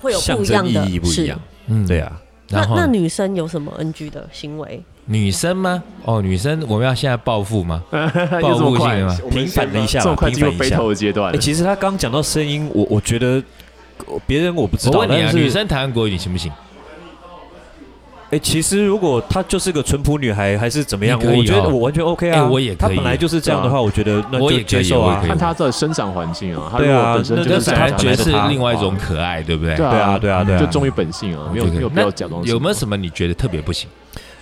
S5: 会有
S3: 象
S5: 不一
S3: 征
S5: 样的，
S3: 意义不一样
S5: 是。，
S4: 嗯，
S3: 对。啊，
S5: 那
S4: 然后
S5: 那女生有什么 NG 的行为？
S4: 女生吗？哦，女生，我们要现在报复 吗？
S2: 又
S4: 报
S2: 这么
S4: 复
S2: 快
S4: 性吗？
S3: 平反了一下
S2: 这么
S3: 吧，
S2: 快
S3: 平
S2: 进入
S3: 反一
S2: 背
S3: 下。
S2: 头的阶段
S3: 哎，
S2: 了，
S3: 其实他刚讲到声音，我我觉得呃别人我不知
S4: 我
S3: 道，
S4: 问你
S3: 但
S4: 啊，
S3: 是
S4: 女生台湾国语你行不行？
S3: 哎、其实如果她就是个淳朴女孩，还是怎么样，
S4: 你可以
S3: 我觉得
S4: 哦
S3: 我完全 OK 啊，
S4: 哎我也
S3: 她
S4: 可以
S3: 本来就是这样的
S2: 对
S3: 话，我觉得那
S4: 我
S3: 就
S4: 也可
S3: 接
S4: 以
S3: 受
S4: 我也
S3: 啊
S4: 可以。
S2: 看他的生长环境啊，他如
S3: 对啊
S2: 果本身
S3: 那
S2: 就
S3: 那
S2: 是
S3: 是
S2: 这样
S4: 感
S3: 感
S4: 觉
S3: 觉
S4: 是
S3: 是
S4: 另
S3: 另外
S4: 外一
S3: 一
S4: 种
S3: 种
S4: 可爱，对不对？
S2: 对
S3: 对啊，对啊，对啊。
S2: 就忠于本性啊，没有
S4: 对对
S2: 没有必
S4: 那
S2: 要假装
S4: 有没有
S2: 么
S4: 什么你觉得特别不行？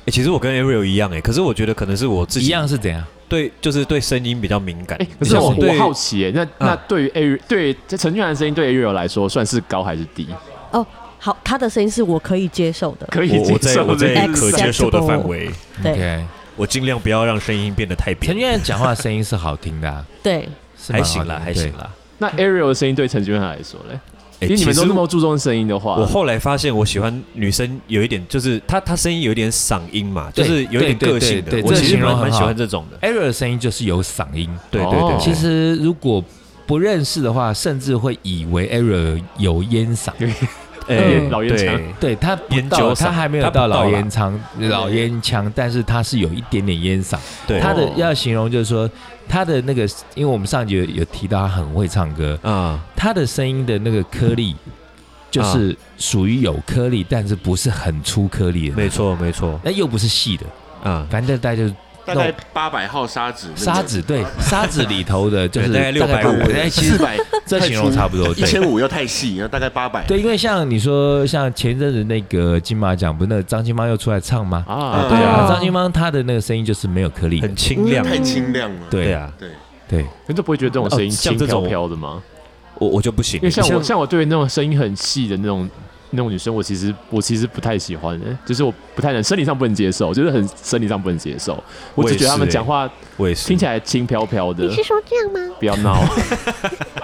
S3: 哎其实我跟 Ariel 一样哎、可是我觉得可能是我自己
S4: 一样是怎样？
S3: 对，就是对声音比较敏感。
S2: 哎，可
S3: 比
S2: 是
S3: 较
S2: 我我
S3: 对
S2: 好奇耶，那那
S3: 啊
S2: 对于 A 对这陈俊涵的声音对 Ariel 来说算是高还是低？
S5: 哦，好，她的声音是我可以接受的，
S2: 可以
S3: 我我
S2: 接
S3: 在
S2: 受
S3: 我
S2: 的
S3: 在
S2: 意
S3: 可
S2: 思
S3: 接受的范围，
S5: 对
S4: OK，
S3: 我尽量不要让声音变得太
S4: 陈
S3: 扁。
S4: 俊彦讲话声音是好听 的啊，
S5: 对，
S4: 是蛮
S3: 还
S4: 好
S3: 行
S4: 听
S3: 啦，
S4: 的
S3: 还行。啦。
S2: 那 Ariel 的声音对陈俊涵来说嘞，
S3: 哎
S2: 因为你们
S3: 其
S2: 都
S3: 实
S2: 那么注重声音的话，
S3: 我后来发现，我喜欢女生有一点，就是她她声音有一点嗓音嘛，就
S4: 对
S3: 是有一点
S4: 对对
S3: 个性的
S4: 对对。
S3: 我
S4: 这
S3: 其实
S4: 形容
S3: 蛮
S4: 很
S3: 蛮喜
S4: 好
S3: 欢这种的。
S4: 对 Ariel 的声音就是有嗓音，
S3: 哎对对
S2: 哦
S3: 对，
S4: 其实如果不认识的话，甚至会以为 Ariel 有 烟嗓。
S3: 哎
S5: 嗯
S2: 老烟枪
S3: 对
S4: 对他不
S3: 烟
S4: 到，
S3: 酒嗓
S4: 他还没有
S3: 他不到
S4: 到
S3: 啦
S4: 老烟枪、老烟枪，但是他是有一点点烟嗓。
S3: 对
S4: 他的
S2: 哦
S4: 要形容就是说，他的那个，因为我们上集有有提到他很会唱歌，
S3: 啊，
S4: 他的声音的那个颗粒，就是属于有颗粒，但是不是很粗颗粒的，
S3: 没，错没错
S4: 那又不是细的，
S3: 啊，
S4: 反正大家就是
S1: 大概八百号沙子，
S4: 沙子，对，沙子里头的就是
S3: 对大概650
S4: 哎，其
S1: 四
S4: 实
S1: 百，
S4: 这形容差不多，
S1: 一
S4: 对
S1: 千。五又太细，然后大概八百。
S4: 对，因为像你说，像前一阵子那个金马奖，不是那个张清芳又出来唱吗？
S2: 啊，
S1: 对
S4: 啊，
S5: 啊
S4: 张清芳她的那个声音就是没有颗粒
S3: 嗯
S4: 的，
S3: 很清亮。
S1: 太清亮了。
S4: 对
S3: 对，啊，
S1: 对，
S4: 对，
S2: 你就不会觉得这种声音
S3: 哦像
S2: 轻
S3: 这
S2: 飘
S3: 种
S2: 飘的吗？
S3: 我我就不行
S2: 因为，像我像我对那种声音很细的那种那种女生，我其实我其实不太喜欢、欸，就是我不太能生理上不能接受，就是很生理上不能接受。
S3: 我
S2: 我只
S3: 也
S2: 觉得他们
S3: 是欸
S2: 讲话
S3: 我也是
S2: 听起来轻飘飘的
S7: 你，是说这样吗？
S2: 不要闹。啊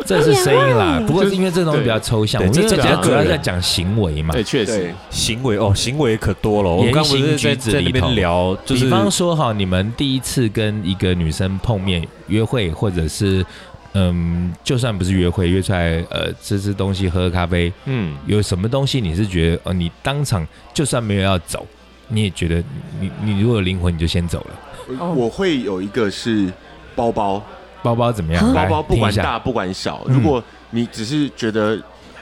S4: 这是声音啦。不过是因为这东西比较抽象，我
S3: 对
S4: 们因为
S3: 这
S4: 比
S3: 这
S4: 较
S3: 比较
S4: 主要
S3: 个人
S4: 在讲行为嘛。
S2: 对，哎确实，
S3: 行为哦，行为可多了。我
S4: 言
S3: 刚不
S4: 行
S3: 是
S4: 举
S3: 在
S4: 止
S3: 在
S4: 里
S3: 那
S4: 头
S3: 边聊，就是
S4: 比方说哈，你们第一次跟一个女生碰面约会，或者是嗯，就算不是约会，约出来呃吃吃东西、喝喝咖啡，
S2: 嗯，
S4: 有什么东西你是觉得呃，你当场就算没有要走，你也觉得你你你如果有灵魂你就先走了。
S5: 哦
S1: 我会有一个是包包，
S4: 包包怎么样？
S1: 包
S4: 来
S1: 包不
S4: 听一
S1: 管
S4: 下
S1: 大不管小，
S4: 嗯
S1: 如果你只是觉得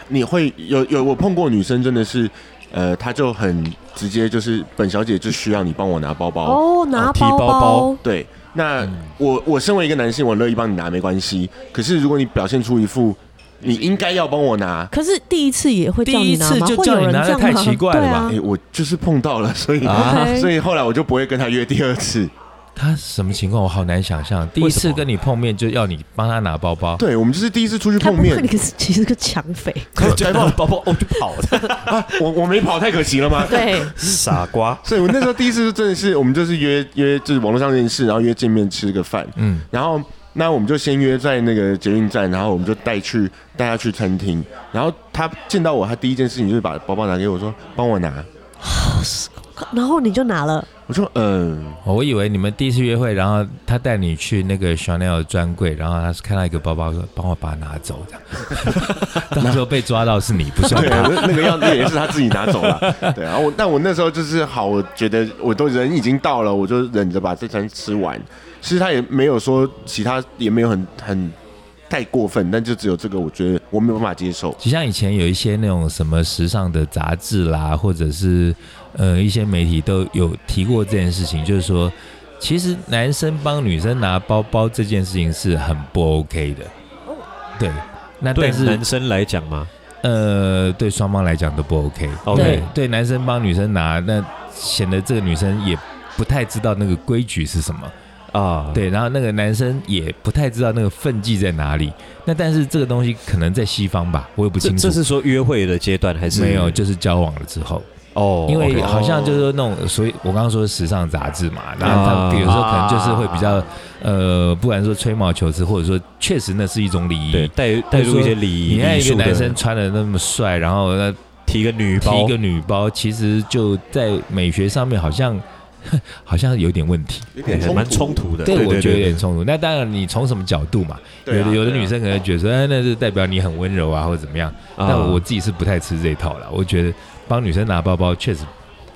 S1: 你会有有我碰过女生真的是，呃，她就很直接，就是本小姐就需要你帮我拿包包。
S5: 哦，拿
S4: 啊
S3: 提
S5: 包
S3: 包包
S1: 对，那
S3: 嗯
S1: 我我身为一个男性，我乐意帮你拿没关系。可是如果你表现出一副你应该要帮我拿，
S5: 可是第一次也会叫你拿吗？
S4: 第一次就
S5: 会
S4: 叫
S5: 有
S4: 你
S5: 人
S4: 拿
S5: 这样
S4: 太
S5: 吗啊
S4: 奇怪了吧
S1: 哎、我就是碰到了，所以、
S5: 对啊
S1: 所
S5: OK，
S1: 以后来我就不会跟她约第二次。
S4: 他什么情况？我好难想象。第一次跟你碰面就要你帮他拿包包，
S1: 对，我们就是第一次出去
S5: 他
S1: 哎碰
S5: 不
S1: 面
S5: 会，你是其实是个抢 匪，
S1: 来吧，
S3: 包包哦就跑了，
S1: 啊，我我没跑太可惜了吗？
S5: 对，
S3: 傻瓜。
S1: 所以我那时候第一次就真的是，我们就是约约，就是网络上认识，然后约见面吃个饭，
S4: 嗯，
S1: 然后那我们就先约在那个捷运站，然后我们就带去带他去餐厅，然后他见到我，他第一件事情就是把包包拿给我说，帮我拿，
S5: 然后你就拿了，
S1: 我说嗯、
S4: 哦我以为你们第一次约会，然后他带你去那个 Chanel 的专柜，然后他看到一个包包，说帮我把它拿走，这样。到时候被抓到是你，不是
S1: 对，啊
S4: 我。
S1: 那那个样子也是他自己拿走了，对，然后我但我那时候就是好，我觉得我都人已经到了，我就忍着把这餐吃完，其实他也没有说其他也没有很很太过分，但就只有这个我觉得我没有办法接受。
S4: 就像以前有一些那种什么时尚的杂志啦，或者是呃一些媒体都有提过这件事情，就是说，其实男生帮女生拿包包这件事情是很不 OK 的。对，那
S3: 对
S4: 但是
S3: 男生来讲嘛，
S4: 呃，对双方来讲都不 OK。
S3: OK
S4: 对对，男生帮女生拿，那显得这个女生也不太知道那个规矩是什么。
S3: 啊，
S4: 对，然后那个男生也不太知道那个分际在哪里。那但是这个东西可能在西方吧，我也不
S3: 这
S4: 清楚
S3: 这。是说约会的阶段还是
S4: 没有，就是交往了之后，
S3: 哦，
S4: 因为
S3: OK
S4: 好像就是说那种，所以我刚刚说时尚杂志嘛，然后
S3: 啊
S4: 他们有时候可能就是会比较，呃，不管说吹毛求疵，或者说确实那是一种礼
S3: 对
S4: 仪。
S3: 带带入一些礼仪，
S4: 你看一个
S3: 礼数的
S4: 男生穿的那么帅，然后那
S3: 提个女
S4: 提
S3: 包
S4: 一个，女包，其实就在美学上面好像 好像有点问题。
S1: 有点
S3: 对哎蛮冲突的。
S4: 我觉得有点冲突。那当然，你从什么角度嘛？有
S1: 对啊
S4: 的有的
S1: 对啊
S4: 女生可能觉得说，哎，那是代表你很温柔啊，或者怎么样。
S3: 啊
S4: 但我自己是不太吃这一套啦。我觉得帮女生拿包包确实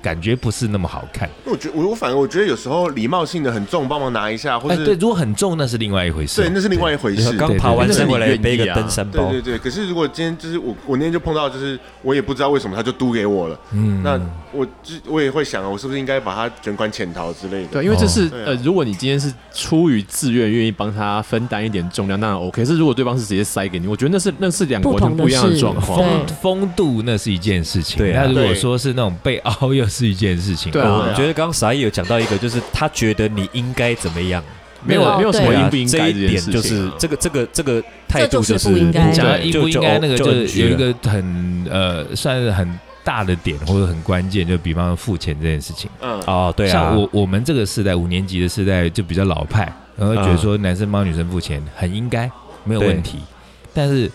S4: 感觉不是那么好看。
S1: 我觉我我反而我觉得有时候礼貌性的很重，帮忙拿一下，或
S4: 哎，
S1: 是
S4: 对，如果很重那是另外一回事。
S1: 对，那是另外一回
S3: 你说
S1: 事。
S3: 刚爬完山回来
S2: 对对对
S3: 背一个登山
S1: 对
S3: 包
S1: 对，对，可是如果今天就是我，我那天就碰到，就是我也不知道为什么他就嘟给我了，
S4: 嗯
S1: 那我就我也会想，我是不是应该把他卷款潜逃之类的？
S2: 对，因为这是、
S1: 哦对啊
S2: 呃，如果你今天是出于自愿，愿意帮他分担一点重量，那 OK。可是如果对方是直接塞给你，我觉得那是那是
S4: 嗯
S2: 两个完全不一样的状况。
S5: 对
S4: 风风度那是一件事情，
S3: 对啊
S4: 那如果
S1: 对
S4: 说是那种被凹又是一件事情，
S2: 对啊
S3: 我觉得刚刚傻一有讲到一个，就是他觉得你应该怎么样，
S2: 没有
S5: 哦
S2: 没有什么
S5: 对
S2: 应
S3: 啊
S2: 不应
S3: 这
S2: 该这
S3: 一
S2: 件
S3: 点
S2: 事情
S3: 就
S2: 啊
S3: 是这个这个这个态度
S5: 这就是
S3: 是
S5: 不应该
S3: 对
S4: 讲到
S3: 就
S4: 应不应
S3: 就
S4: 该那个，
S3: 就
S4: 就是有一
S3: 很绝了
S4: 个很呃，算是很大的点或者很关键，就比方说付钱这件事情。
S1: 嗯，
S3: 哦，对啊，
S4: 像我我们这个世代五年级的世代就比较老派，然后觉得
S3: 嗯
S4: 说男生帮女生付钱很应该，没有
S3: 对
S4: 问题。但是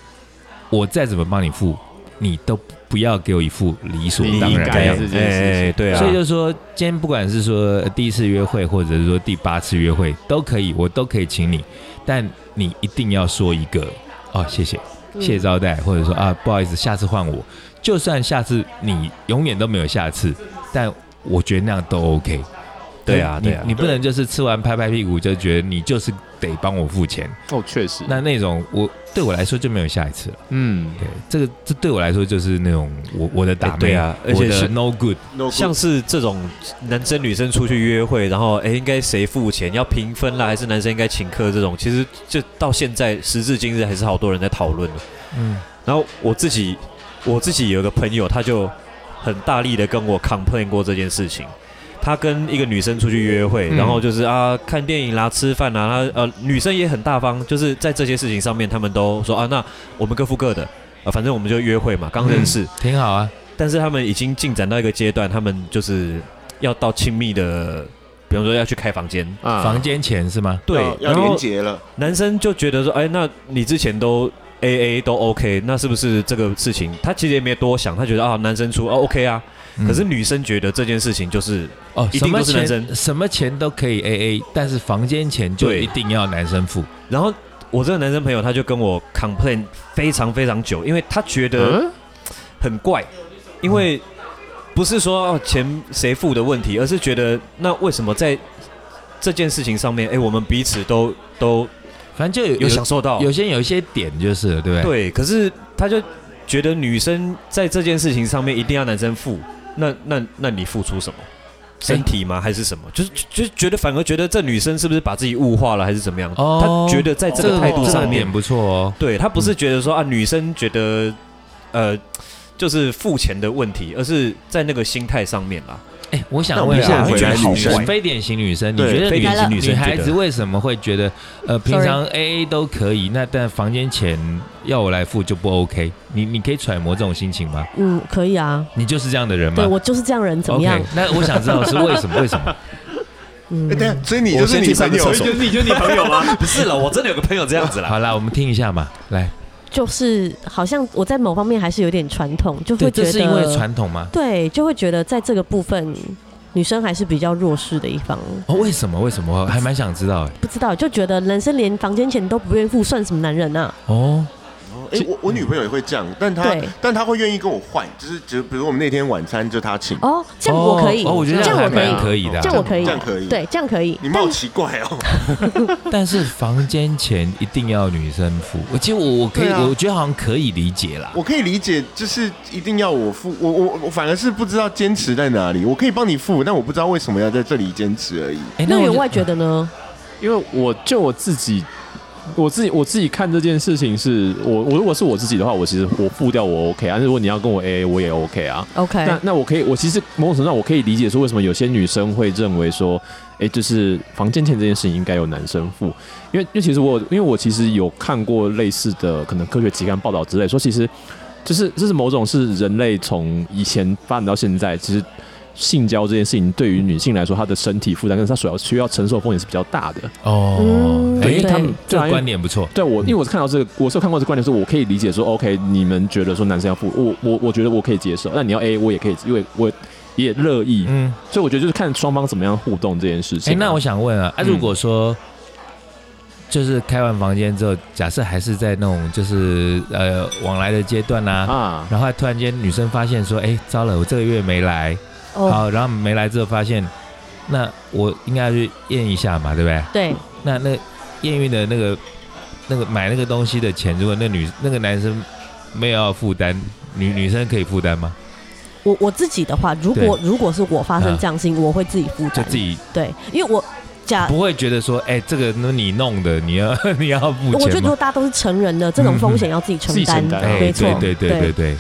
S4: 我再怎么帮你付，你都不要给我一副理所
S2: 你
S4: 当
S2: 应
S4: 然
S2: 该
S4: 的样
S2: 这
S4: 子。
S2: 件事情
S3: 哎，对啊，
S4: 所以就是说，今天不管是说呃第一次约会，或者是说第八次约会，都可以，我都可以请你，但你一定要说一个哦，谢谢，谢谢招待，或者说啊，不好意思，下次换我。就算下次你永远都没有下次，但我觉得那样都 OK。
S3: 对啊
S4: 你
S3: 对啊
S4: 你不能就是吃完拍拍屁股就觉得你就是得帮我付钱，
S2: 哦，确实，
S4: 那那种我对我来说就没有下一次了。
S2: 嗯，
S4: 对，这个这对我来说就是那种我我的打
S3: 哎
S4: 妹、
S3: 对啊而且
S4: 我的
S3: 是
S4: no good。
S1: no good
S3: 像是这种男生女生出去约会，然后哎，应该谁付钱？要平分啦，还是男生应该请客？这种其实就到现在时至今日，还是好多人在讨论的。
S4: 嗯，
S3: 然后我自己，我自己有一个朋友，他就很大力的跟我 complain 过这件事情。他跟一个女生出去约会，
S4: 嗯
S3: 然后就是啊看电影啦、吃饭啦，他呃女生也很大方，就是在这些事情上面，他们都说啊，那我们各付各的，啊反正我们就约会嘛，刚认识。
S4: 挺好啊。
S3: 但是他们已经进展到一个阶段，他们就是要到亲密的，比方说要去开房间。
S2: 啊
S4: 房间钱是吗？
S3: 对
S1: 要，要
S3: 然后
S1: 连结了，
S3: 男生就觉得说，哎，那你之前都 A A 都 OK，那是不是这个事情？他其实也没多想，他觉得啊，男生出啊 OK 啊。
S4: 嗯
S3: 可是女生觉得这件事情就是
S4: 哦，
S3: 一
S4: 什
S3: 定
S4: 么
S3: 都是男
S4: 钱
S3: 生
S4: 什么钱都可以 A A，但是房间钱就
S3: 对
S4: 一定要男生付。
S3: 然后我这个男生朋友他就跟我 complain 非常非常久，因为他觉得
S2: 嗯
S3: 很怪，因为不是说哦钱谁付的问题，而是觉得那为什么在这件事情上面，哎，我们彼此都都
S4: 反正就有
S3: 有享受到
S4: 有，些有一些点就是了对不对？
S3: 对，可是他就觉得女生在这件事情上面一定要男生付，那那那你付出什么？身体吗？还是什么？就是就就觉得反而觉得这女生是不是把自己物化了，还是怎么样？
S4: 哦
S3: 他觉得在这
S4: 这
S3: 个
S4: 个
S3: 态度上面
S4: 点，不错哦。
S3: 对他不是觉得说、啊，女生觉得呃，就是付钱的问题，而是在那个心态上面啦。
S4: 哎，
S1: 那
S4: 我想
S1: 我
S4: 问
S1: 们
S4: 一下，
S1: 现在回
S3: 觉
S1: 来
S3: 得好
S1: 女
S3: 怪
S1: 生，
S4: 非典型女生，你
S1: 对
S4: 觉得
S3: 非
S4: 女
S3: 典型女
S4: 女
S3: 生
S4: 孩
S3: 觉
S4: 子
S3: 得，
S4: 为什么会觉得呃平
S5: Sorry
S4: 常 A A 都可以，那但房间钱要我来付就不 OK？你你可以揣摩这种心情吗？
S5: 嗯，可以啊，
S4: 你就是这样的人吗
S5: 对我就是这样人，怎么样
S4: 嗯 OK，？那我想知道是为什么？为什 么？
S5: 嗯
S1: 哎，，等一下，所以你
S3: 我
S1: 就是
S3: 先
S1: 你
S3: 去上
S1: 朋
S3: 个
S1: 友
S3: 厕，所，你就你朋友吗？ 不是了，我真的有个朋友这样子 啦。
S4: 好啦，我们听一下嘛，来，
S5: 就是好像我在某方面还是有点传统，就
S4: 对，
S5: 会觉
S4: 这
S5: 得
S4: 是因为传统吗？
S5: 对，就会觉得在这个部分，女生还是比较弱势的一方。
S4: 哦，为什么？为什么？我还蛮想知道哎。
S5: 不知道，就觉得男生连房间钱都不愿意付，算什么男人啊？
S4: 哦，
S1: 哎、我我女朋友也会这样，但她
S5: 对
S1: 但她会愿意跟我换，就是就比如我们那天晚餐就她请，
S5: 哦，这样我可以，
S4: 哦，哦我觉得
S5: 这样
S4: 还
S5: 我可以
S4: 蛮，可以的啊。
S5: 这样我可以
S1: 这，样可以。，
S5: 对，这样可以。
S1: 你们好奇怪 哦，
S4: 但是房间钱一定要女生付。我其实我我可以，
S1: 对啊
S4: 我觉得好像可以理解啦。
S1: 我可以理解，就是一定要我付，我我我反而是不知道坚持在哪里。我可以帮你付，但我不知道为什么要在这里坚持而已。
S4: 哎
S5: 那
S4: 我
S5: 员
S4: 就
S5: 外觉得呢？
S2: 因为我就我自己，我自己我自己看这件事情是，我我如果是我自己的话，我其实我付掉我 OK 啊，但是如果你要跟我 AA，我也 OK 啊。
S5: OK，
S2: 那那我可以，我其实某种程度上我可以理解说，为什么有些女生会认为说，哎、就是房间钱这件事情应该由男生付，因为因为其实我因为我其实有看过类似的可能科学期刊报道之类，说其实就是这是某种是人类从以前发展到现在，其实性交这件事情对于女性来说，她的身体负担跟她所要需要承受的风险是比较大的。
S4: 哦
S5: 嗯，
S4: 哎
S5: 对
S4: 他们这
S2: 对
S4: 个
S2: 啊因为
S4: 观点不错。
S2: 对我，因为我是看到这个，我是有看过这个观点，说我可以理解说，OK，你们觉得说男生要付，我我我觉得我可以接受，那你要 A，我也可以，因为我也乐意，
S4: 嗯，
S2: 所以我觉得就是看双方怎么样互动这件事
S4: 哎、
S2: 情啊。
S4: 那我想问啊，啊，
S2: 嗯
S4: 如果说、就是开完房间之后，假设还是在那种就是呃往来的阶段啦、
S2: 啊，
S4: 然后突然间女生发现说，哎、糟了，我这个月没来，
S5: 哦，
S4: 好，然后没来之后发现，那我应该要去验一下嘛，对不对？
S5: 对，
S4: 那那验孕的那个那个买那个东西的钱，如果那女那个男生没有要负担，女女生可以负担吗？
S5: 我我自己的话，如果如果是我发生这样的事情，我会自己负
S4: 就
S5: 担，
S4: 自己
S5: 对，因为我假
S4: 不会觉得说，哎、这个那你弄的，你要 你要付
S5: 我觉得
S4: 钱
S5: 如
S4: 吗
S5: 果？大家都是成人的，这种风险要自己承担，
S2: 嗯自己承担
S4: 哎、
S5: 没错
S4: 对，对对对对，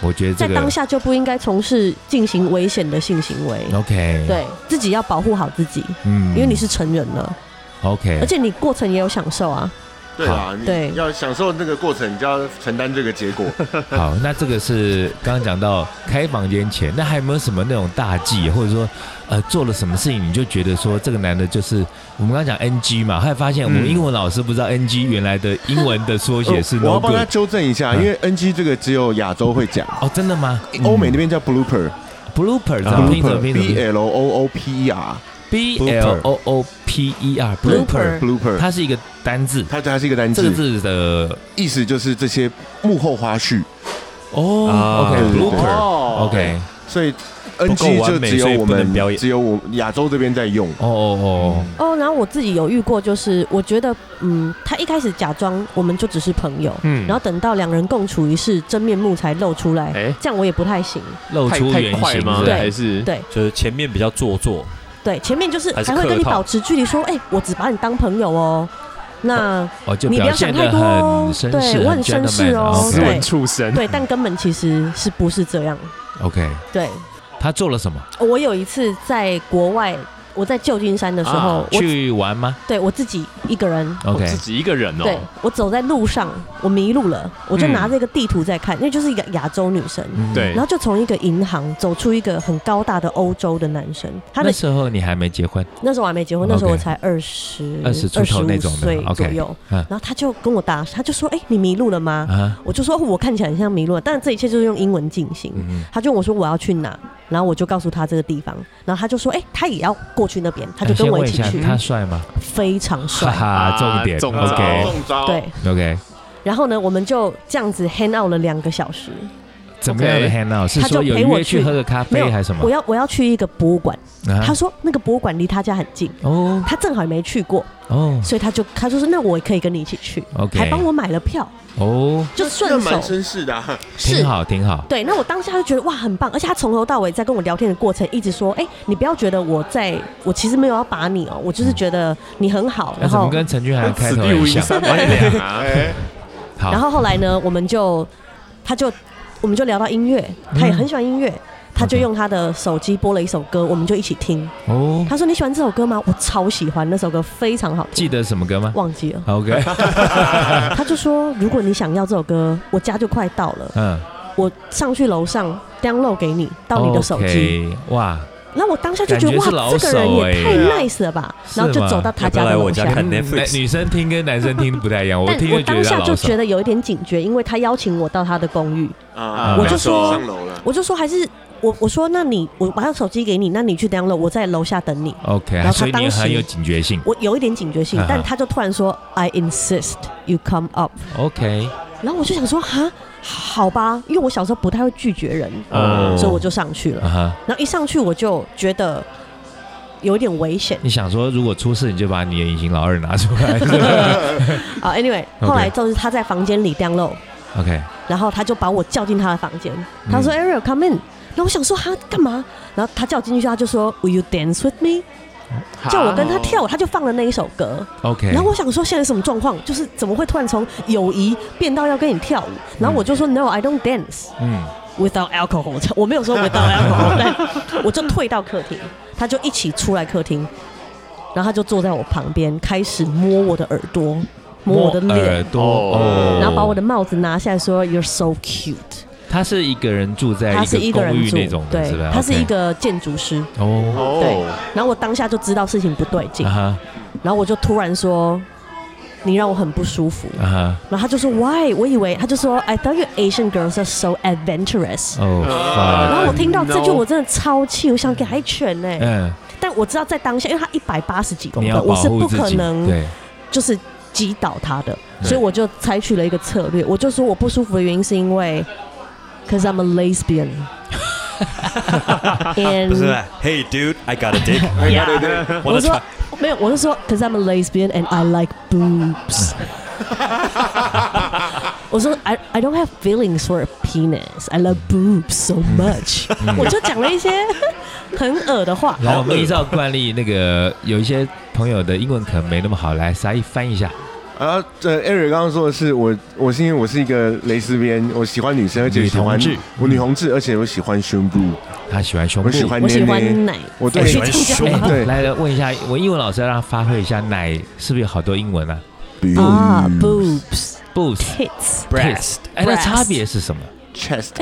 S4: 我觉得
S5: 在
S4: 这个
S5: 当下就不应该从事进行危险的性行为，
S4: OK，，
S5: 对自己要保护好自己，
S4: 嗯
S5: 因为你是成人了，
S4: OK，
S5: 而且你过程也有享受啊，
S1: 对啊，你
S5: 对
S1: 要享受那个过程，你就要承担这个结果。
S4: 好，那这个是刚刚讲到开房间前，那还有没有什么那种大忌，或者说呃做了什么事情你就觉得说这个男的就是我们刚刚讲 NG 嘛，后来发现我们英文老师不知道 NG 原来的英文的缩写是
S1: 呃我
S4: no
S1: 要帮他
S4: good
S1: 纠正一下，
S4: 嗯
S1: 因为 NG 这个只有亚洲会讲，
S4: 哦，真的吗？
S1: 欧美那边叫啊 blooper。
S4: 嗯 blooper 怎么拼怎么拼
S1: blooper，b l o o p e r
S4: ？B L O O P E R blooper，
S5: Blooper
S1: blooper，
S4: 它是一个单字，
S1: 它它是一个单
S4: 这个
S1: 字，
S4: 字的
S1: 意思就是这些幕后花絮。
S4: 哦
S3: 啊
S4: ，OK
S1: 对对对
S4: blooper。
S2: 哦
S4: OK，
S1: 所以
S3: 够
S1: NG
S3: 完
S1: 就
S3: 美
S1: 只有
S3: 所以
S1: 我
S3: 不能
S1: 们
S3: 表演
S1: 只有我亚洲这边在用。
S4: 哦哦
S5: 哦，然后我自己有遇过，就是我觉得，嗯，他一开始假装我们就只是朋友，
S4: 嗯
S5: 然后等到两人共处一室，真面目才露出来，
S2: 哎
S5: 这样我也不太行。
S4: 哦，露
S2: 太
S4: 出
S2: 太
S4: 原
S2: 快
S4: 形
S2: 吗？
S4: 是不是
S5: 对
S2: 还是
S5: 对
S3: 就是前面比较做作，
S5: 对，前面就是
S3: 还是
S5: 还会
S3: 客
S5: 跟你
S3: 套
S5: 保持距离，说，哎、我只把你当朋友哦。那
S4: 哦，就
S5: 你不
S4: 表
S5: 要想
S4: 现
S5: 太
S4: 的
S5: 多哦
S4: 很绅
S5: 对
S4: 士，
S5: 我很绅士哦
S4: gentleman，OK
S2: 斯
S5: 对
S2: 文畜生？
S5: 对，但根本其实是不是这样？
S4: OK，
S5: 对，
S4: 他做了什么？
S5: 我有一次在国外，我在旧金山的时候，
S2: 啊
S5: 我
S4: 去玩吗
S5: 对我自己一个人。
S2: 我
S4: ？OK，
S2: 自己一个人哦，
S5: 对我走在路上，我迷路了，我就
S4: 嗯
S5: 拿着一个地图在看，因为就是一个亚洲女生，
S4: 嗯
S2: 对
S5: 然后就从一个银行走出一个很高大的欧洲的男生，他的
S4: 那时候你还没结婚，
S5: 那时候我还没结婚，那时候
S4: OK
S5: 我才二十
S4: 20出头那种的
S5: 岁
S4: OK
S5: 左右。
S4: 嗯
S5: 然后他就跟我搭，他就说：“哎、你迷路了吗？”
S4: 啊，
S5: 我就说：“我看起来很像迷路了。”但这一切就是用英文进行。
S4: 嗯，
S5: 他就问我说：“我要去哪？”然后我就告诉他这个地方，然后他就说：“哎、他也要过去那边。”他就跟
S4: 哎先
S5: 我
S4: 问
S5: 一
S4: 一
S5: 起
S4: 下
S5: 去，
S4: 他帅吗？
S5: 非常
S4: 哈
S5: 帅。
S4: 哈，重点
S2: 啊中招
S4: ，OK
S1: 招
S5: 对，
S4: OK，
S5: 然后呢，我们就这样子 hang out 了两个小时。
S4: 怎么样的 hand out？是
S5: 他就
S4: 说有
S5: 陪我
S4: 约去
S5: 去
S4: 喝个咖
S5: 没有
S4: 啡还是什
S5: 我
S4: 么？
S5: 要我要去一个博物馆。
S4: 啊
S5: 他说那个博物馆离他家很近，
S4: 哦
S5: 他正好也没去过，
S4: 哦
S5: 所以他就他就说：“那我也可以跟你一起去。”还
S4: ，OK，
S5: 帮我买了票，
S4: 哦，
S5: 就
S1: 那
S5: 顺
S1: 蛮
S5: 手
S1: 绅士的啊。
S4: 挺好挺好，
S5: 对，那我当下就觉得哇，很棒，而且他从头到尾在跟我聊天的过程，一直说，哎、你不要觉得我在，我其实没有要把你哦、我就是觉得你很好，
S4: 那嗯
S5: 然
S4: 怎么
S5: 后，
S4: 跟陈俊涵开
S2: 此
S4: 头
S2: 地无
S4: 很
S2: 银
S4: 像？
S2: 三百两啊！
S1: 哎，
S4: 好
S5: 然，后后来呢，我们就，他就，我们就聊到音乐，他也很喜欢音乐，他就
S4: OK
S5: 用他的手机播了一首歌，我们就一起听。
S4: 哦，
S5: 他说你喜欢这首歌吗？我超喜欢，那首歌非常好
S4: 记
S5: 听，
S4: 得什么歌吗
S5: 忘记了。
S4: ？OK，
S5: 他就说如果你想要这首歌，我家就快到了，
S4: 嗯，
S5: 我上去楼上 download 给你，到你的手机。
S4: OK，哇，
S5: 那我当下就觉
S4: 感
S5: 得
S4: 觉是
S5: 哇，
S4: 老
S5: 这个人
S4: 手欸
S5: 也太
S1: 哎
S5: nice 了吧！
S4: 是
S5: 然后就
S4: 吗
S5: 走到他
S3: 要不
S5: 家
S3: 要
S5: 的
S3: 来
S5: 楼
S3: 我家
S5: 下
S3: 看。
S4: 嗯
S3: Netflix
S4: 女生听跟男生听不太一样，我
S5: 但
S4: 听
S5: 我
S4: 就觉
S5: 当
S4: 得他
S5: 下
S4: 老
S5: 就
S4: 手
S5: 觉。得有一点警觉，因为他邀请我到他的公寓，
S1: 啊，不
S2: 我
S1: 要
S5: 就说
S1: 上楼了。
S5: 我就说还是我我说那你我把手机给你，那你去 download，我在楼下等你。
S4: OK，
S5: 然后他
S4: 所以你
S5: 当时
S4: 很有警觉性。
S5: 我有一点警觉性
S4: 啊，
S5: 但他就突然说 I insist you come up，
S4: OK，
S5: 然后我就想说哈好吧，因为我小时候不太会拒绝人，
S4: 嗯
S2: 哦
S5: 所以我就上去
S4: 啊
S5: 了。
S4: 哈，
S5: 然后一上去我就觉得有一点危险。
S4: 你想说如果出事，你就把你的隐形老二拿出来。是 吧
S5: 啊，anyway，
S4: OK
S5: 后来就是他在房间里 download，
S4: OK，
S5: 然后他就把我叫进他的房间，
S4: 嗯
S5: 他说 Ariel come in，然后我想说他干嘛？然后他叫我进去，他就说 Will you dance with me？叫我跟他跳舞，他就放了那一首歌。
S4: OK，
S5: 然后我想说现在什么状况？就是怎么会突然从友谊变到要跟你跳舞？然后我就说 No I don't dance
S4: 嗯，
S5: without alcohol，我没有说 without alcohol，但我就退到客厅，他就一起出来客厅，然后他就坐在我旁边开始摸我的耳朵，摸我的脸
S4: 耳。朵哦，
S5: 然后把我的帽子拿下来说 “You're so cute”。
S4: 他是一个人住在
S5: 他是一
S4: 哎个
S5: 个
S4: 公
S5: 人
S4: 寓
S5: 住
S4: 那种，的，
S5: 对
S4: 是吧？，
S5: 他是
S4: OK
S5: 一个建筑师。
S4: 哦
S5: 对
S1: 哦，
S4: 啊
S5: 然后我当下就知道事情不对劲
S4: 啊，哈
S5: 然后我就突然说你让我很不舒服。
S4: 啊
S5: 然后他就说 Why？我以为他就说 I thought you Asian girls are so adventurous。
S4: 哈，哦，
S5: 然后我听到这句
S2: no
S5: 我真的超气，我想给他一拳呢、
S4: fuck，嗯，
S5: 但我知道在当下，因为他一百八十几公
S4: 你
S5: 分，
S4: 要
S5: 我
S4: 保
S5: 是
S4: 护
S5: 不
S4: 自
S5: 可
S4: 己，
S5: 能
S4: 对，
S5: 就是击倒他的，
S4: 对
S5: 所以我就采取了一个策略，我就说我不舒服的原因是因为，cause I'm a lesbian 。
S3: 不是
S5: and
S3: ，Hey dude，I got a dick，我
S5: 我
S3: 的
S5: 说
S3: 船，
S5: 没有，我是说，cause I'm a lesbian and I like boobs。我说 I I don't have feelings for a penis. I love boobs so much。我就讲了一些很恶的话。
S4: 来，我们依照惯例，那个有一些朋友的英文可能没那么好，来，沙溢翻译一下。
S1: 然后呃，Eric 刚刚说的是我，我是因为我是一个蕾丝边，我喜欢女生，而且喜欢
S4: 女同志
S1: 我女同志，而且我喜欢胸部，
S4: 他喜欢胸部
S1: 我。喜欢
S5: 我
S1: 捏
S5: 喜欢
S1: 捏，
S5: 奶，
S1: 我对
S5: 哎是这样
S3: 胸
S5: 讲吗
S1: 部对
S4: 来来问一下，我英文老师要让他发挥一下，奶是不是有好多英文啊
S1: 比
S5: 啊，boobs、
S4: ？Boobs、
S5: tits、
S4: breast，哎，那
S5: breast
S4: 差别是什么？
S1: chest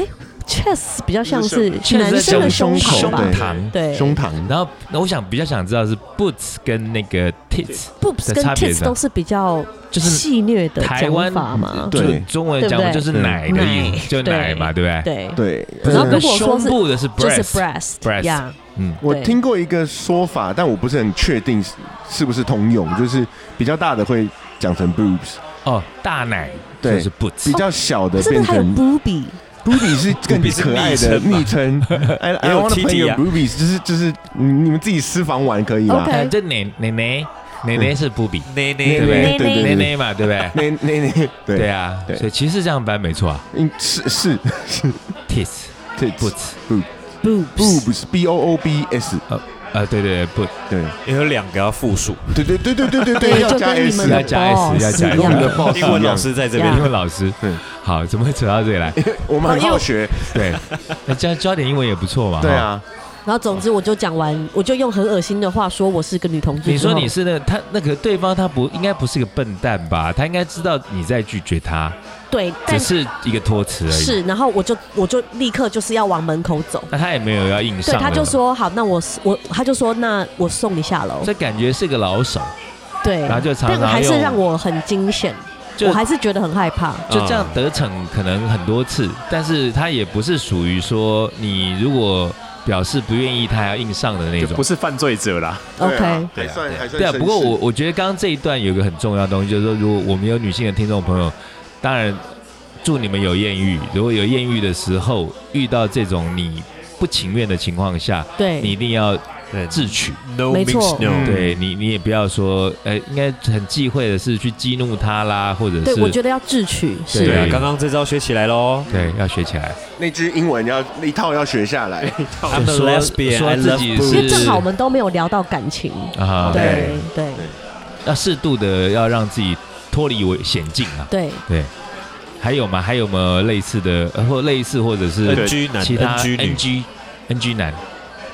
S5: 确实比较像是
S4: 确实
S5: 男生的胸
S1: 胸
S5: 口
S1: 口
S5: 吧，
S1: 对
S4: 膛。
S5: 对
S1: 胸膛，
S4: 然后，那我想比较想知道是 boots 跟那个 tits，
S5: ，boobs
S4: 的
S5: 跟
S4: 差别是
S5: tits
S4: 什么
S5: 都是比较
S4: 就是
S5: 戏谑的
S4: 台湾
S5: 讲法嘛，
S1: 对
S4: 就中文讲
S5: 对不
S4: 就
S5: 对
S4: 是奶的意思，
S5: 对
S4: 就奶嘛，对不对？
S5: 对，
S1: 对，
S5: 然后
S1: 嗯
S5: 如
S4: 那
S5: 果说
S4: 胸
S5: 是
S4: 部的是
S5: 就是
S4: breast，
S5: breast，
S4: breast
S5: 呀，
S4: 嗯，
S1: 我
S5: 对
S1: 听过一个说法，但我不是很确定是是不是通用，就是比较大的会讲成 boobs，
S4: 哦，大奶就
S1: 对
S4: 是
S1: 比
S4: boots，
S1: 较小的
S5: 是不
S1: 变
S5: 是哦还有
S1: 成
S5: booby？
S1: booby 是更
S3: Booby 是
S1: 可爱的昵
S3: 昵
S1: 称。I I
S3: 也有
S1: want to play
S3: TT
S1: your
S3: 啊
S1: boobies，就是就是你你们自己私房玩可以吗
S5: OK？
S4: 呃，这奶奶奶奶奶是 booby，
S1: 对
S3: 内内
S4: 对不对？
S1: 对对
S4: 奶
S1: 对对
S4: 奶嘛，对不对？
S1: 那那那
S4: 对
S1: 对，
S4: 啊，
S1: 对
S4: 所以其实这样翻没错啊
S1: 嗯是是是
S4: ，tits
S1: 对
S4: boots，
S5: boobs
S1: boobs b o o b s
S4: 呃，对对对 boot，
S1: 对
S3: 也有两个要复数，
S1: 对对对对对对
S5: 对
S1: 要
S5: 就
S1: 加
S5: 跟你
S1: s
S5: 们
S4: 要
S5: 的
S4: 加 S，
S5: boss
S4: 要加 S
S5: 一
S1: 我们
S5: 样
S1: 的 boss
S3: 英文
S1: 一
S3: 老
S1: 样，
S3: 师在这边
S5: 呀
S4: 英文老师
S1: 啊对，
S4: 好，怎么会扯到这里来？
S1: 我们很
S5: 哦因为
S1: 好学，
S4: 对，那教教点英文也不错嘛。
S5: 哦
S1: 对
S4: 哈。
S1: 啊，
S5: 然后总之我就讲完，我就用很恶心的话说我是个女同志之后，
S4: 你说你是那个他那个对方他不应该不是个笨蛋吧？他应该知道你在拒绝他，
S5: 对，
S4: 只
S5: 但是
S4: 是一个托词而已。，
S5: 然后我就我就立刻就是要往门口走。
S4: 那他也没有要硬
S5: 对，
S4: 上。
S5: 他就，说好，那我我他就说那我送你下楼，
S4: 这感觉是个老手，
S5: 对，
S4: 然后就常常
S5: 但还是
S4: 用
S5: 让我很惊险，
S4: 就
S5: 我还是觉得很害怕。
S4: 就
S1: 嗯
S4: 这样得逞可能很多次，但是他也不是属于说你如果表示不愿意，他还要硬上的那
S2: 就
S4: 种
S2: 不。是犯罪者啦。
S1: 对
S5: 哦 OK，
S1: 啊
S4: 对
S1: 还
S4: 啊
S1: 算还算
S4: 对啊，
S1: 绅
S4: 不过
S1: 士
S4: 我我觉得刚刚这一段有一个很重要的东西，就是说，如果我们有女性的听众朋友，当然祝你们有艳遇。如果有艳遇的时候，遇到这种你不情愿的情况下，
S1: 哎
S5: 对，
S4: 你一定要
S3: 对
S4: 自取。
S3: ，No
S5: 没错
S3: means no，
S1: 嗯
S4: 对你，你也不要说，呃，应该很忌讳的是去激怒他啦，或者
S5: 对
S4: 是
S5: 我觉得要智取是
S3: 对啊
S4: 对，
S3: 刚刚这招学起来喽。
S4: 对要学起来。
S1: 那句英文要一套要学下 来，
S3: I'm a
S4: 就说
S3: lesbian,
S4: 说
S3: I
S4: 自
S3: love
S4: 己
S3: boobs
S5: 因为正
S4: 是
S5: 好我们都没有聊到感情，
S4: 啊，
S5: 对对
S4: 要适度的要让自己脱离危险境啊。
S5: 对，
S4: 还有吗？还有没有类似的，呃或类似或者是
S3: NG 男
S4: 其他
S3: NG 女
S4: NG NG 男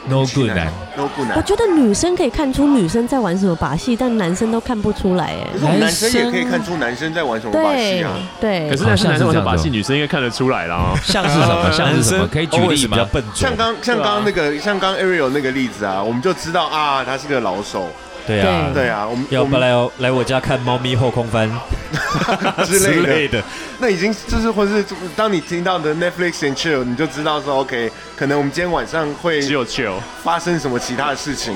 S4: ，No good 男，
S1: ，no good
S5: 我
S1: 男，
S5: 觉得女生可以看出女生在玩什么把戏，但男生都看不出来哎
S1: 可。是我们男生也可以看出男生在玩什么把戏
S5: 对
S1: 啊。
S5: 对
S2: 可，是那是男生玩的把
S4: 好像是这样子
S2: 戏，
S4: 哦
S2: 女生应该看得出来啦。哦
S4: 像是什么？像是
S3: 呃男
S4: 什么？
S3: 生
S4: 可以举例
S3: 比较
S4: 吗？
S3: 笨拙
S1: 像，刚
S4: 啊
S1: 像刚刚那个像刚 Ariel 那个例子啊，我们就知道啊，他是个老手，
S3: 对
S4: 嗯
S3: 啊，
S1: 对啊，我们
S3: 要
S1: 我
S3: 不
S1: 们
S3: 来哦来我家看猫咪后空翻
S1: 之
S3: 之
S1: 类
S3: 类
S1: 的，
S3: 的，
S1: 那已经就是或是当你听到的 Netflix and chill，你就知道说 OK，可能我们今天晚上会
S2: 只有 chill。
S1: 发生什么其他的事情。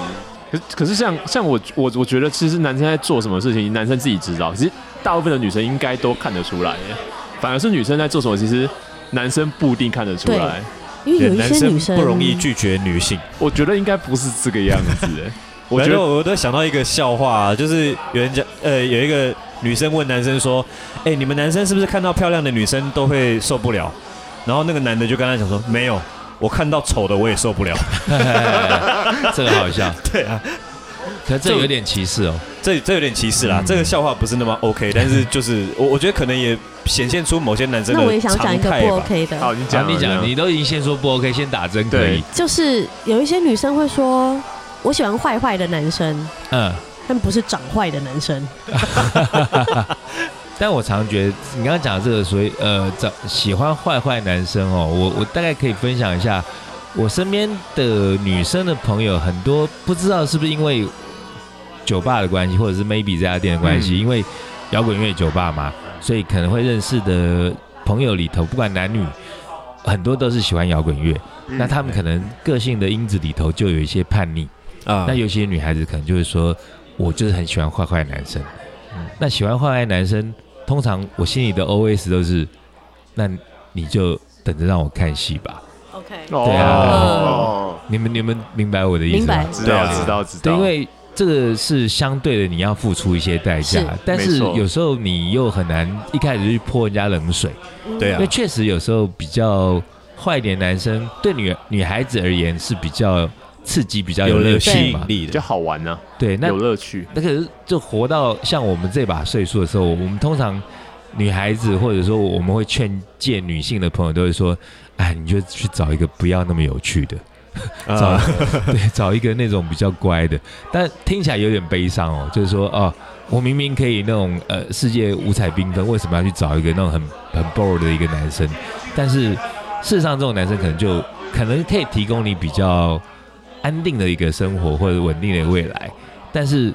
S2: 可可是像像我我我觉得，其实男生在做什么事情，男生自己知道。其实大部分的女生应该都看得出来，反而是女生在做什么，其实男生不一定看得出来。
S5: 因为有一
S3: 男
S5: 些女生
S3: 不容易拒绝女性。
S2: 我觉得应该不是这个样子。 哎我
S3: 我
S2: 觉
S3: 觉
S2: 得
S3: 得我都想到一个笑话、啊，就是有人讲，呃，有一个女生问男生说：“哎、你们男生是不是看到漂亮的女生都会受不了？”然后那个男的就跟他讲说：“没有，我看到丑的我也受不了。”
S4: 这个好笑，
S3: 对啊，
S4: 可这有点歧视哦。
S3: 这这有点歧视啦。
S4: 嗯
S3: 这个笑话不是那么 OK，但是就是我我觉得可能也显现出某些男生
S5: 那我也
S3: 的
S5: 想
S3: 常
S5: 讲一个
S3: 态
S5: 不
S3: 吧。
S5: OK 的，
S2: 好，你
S4: 讲
S2: 讲
S4: 你讲，你都已经先说不 OK，先打针可以
S2: 对。
S5: 就是有一些女生会说，我喜欢坏坏的男生，
S4: 嗯，
S5: 但不是长坏的男生。
S4: 但我常觉得你刚刚讲的这个，所以呃，找喜欢坏坏男生哦，我我大概可以分享一下，我身边的女生的朋友很多，不知道是不是因为酒吧的关系，或者是 maybe 这家店的关系，因为摇滚乐酒吧嘛，所以可能会认识的朋友里头，不管男女，很多都是喜欢摇滚乐。
S1: 嗯
S4: 那他们可能个性的因子里头就有一些叛逆，
S3: 啊
S4: 那有些女孩子可能就会说，我就是很喜欢坏坏男生。那喜欢坏坏男生，通常我心里的 OS 都是，那你就等着让我看戏吧。
S5: OK，
S4: 对啊
S1: 哦，
S4: 你们你们明白我的意
S5: 明
S4: 思吗
S5: 白？
S7: 知
S3: 对
S7: 道
S3: 啊
S7: 知道知
S4: 对，
S7: 道，
S4: 因为这个是相对的，你要付出一些代价
S5: 是，
S4: 但
S7: 没
S4: 是
S7: 错
S4: 有时候你又很难一开始就去泼人家冷水，
S3: 对
S4: 因
S3: 啊
S4: 为，确实有时候比较坏一点男生对女女孩子而言是比较刺激、比较有乐
S3: 有吸
S4: 趣嘛
S3: 引。
S7: 比
S3: 力
S7: 较
S3: 的，啊
S7: 好玩呢，
S4: 对，那
S7: 有乐趣。
S4: 那个就活到像我们这把岁数的时候，我们通常女孩子或者说我们会劝诫女性的朋友都会说：“哎，你就去找一个不要那么有趣的。”
S3: 啊
S4: 找、 对找一个那种比较乖的，但听起来有点悲伤哦。就是说，哦，我明明可以那种呃世界五彩缤纷，为什么要去找一个那种很很 bored 的一个男生？但是事实上，这种男生可能就可能可以提供你比较安定的一个生活或者稳定的未来，但是。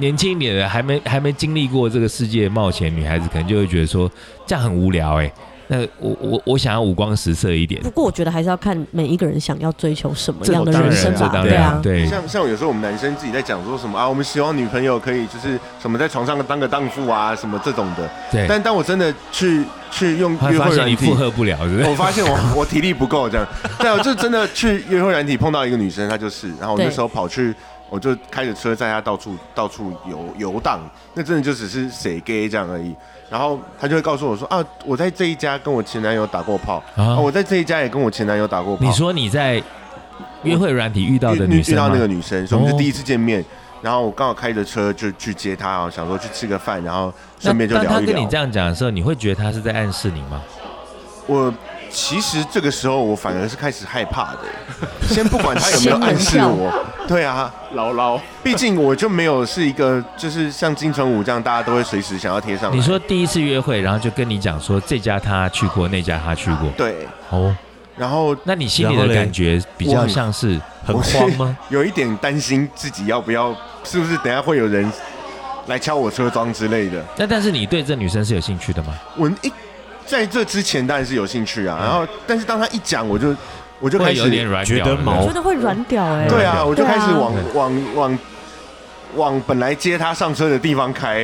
S4: 年轻一点的还没还没经历过这个世界冒险，女孩子可能就会觉得说这样很无聊哎、那我我我想要五光十色一点，
S5: 不过我觉得还是要看每一个人想要追求什么
S4: 这
S5: 样的
S4: 当
S5: 人
S4: 然
S5: 生
S4: 这
S5: 吧，
S4: 当
S5: 对
S4: 然
S5: 啊。
S4: 对，
S1: 像像有时候我们男生自己在讲说什么啊，我们希望女朋友可以就是什么在床上当个荡妇啊，什么这种的。
S4: 对，
S1: 但当我真的去去用
S4: 后来
S1: 约
S4: 发
S1: 会
S4: 现
S1: 软
S4: 你
S1: 体
S4: 负，荷不了，是不是？
S1: 我发现我 我体力不够这样。但我就真的去约会软体碰到一个女生，她就是，然后我那
S5: 对
S1: 时候跑去，我就开着车载她到处到处游游荡，那真的就只是谁 gay 这样而已。然后她就会告诉我说啊，我在这一家跟我前男友打过炮，啊，
S4: 啊
S1: 我在这一家也跟我前男友打过炮。
S4: 你说你在约会软体遇到的
S1: 遇
S4: 女
S1: 遇
S4: 生
S1: 到
S4: 吗
S1: 那个女生，所以我们就
S4: 哦
S1: 第一次见面。然后我刚好开着车就去接她，然后想说去吃个饭，然后
S4: 那
S1: 顺便就
S4: 当
S1: 聊
S4: 他
S1: 一
S4: 跟
S1: 聊
S4: 你。这样讲的时候，你会觉得他是在暗示你吗？
S1: 我其实这个时候我反而是开始害怕的，先不管她有没有暗示
S5: 吓我一
S1: 我，对啊，
S7: 姥 姥，
S1: 毕竟我就没有是一个就是像金城武这样大家都会随时想要贴上来。
S4: 你说第一次约会，然后就跟你讲说这家他去过，那家他去过，
S1: 对，
S4: 哦，
S1: 然后
S4: 那你心里
S3: 然后
S4: 的
S3: 嘞
S4: 感觉比较像是很
S1: 我
S4: 慌吗？
S1: 有一点担心自己要不要，是不是等一下会有人来敲我车窗之类的。
S4: 那但是你对这女生是有兴趣的吗？
S1: 我一在这之前当然是有兴趣啊，然后但是当他一讲，我就我就开
S4: 嗯会
S1: 始
S4: 有点软
S3: 觉
S4: 屌
S3: 得
S4: 了
S5: 我
S3: 毛
S5: 觉得会软屌哎、
S1: 对啊，
S4: 对
S1: 我就开始
S5: 对啊
S1: 往往往往本来接他上车的地方开，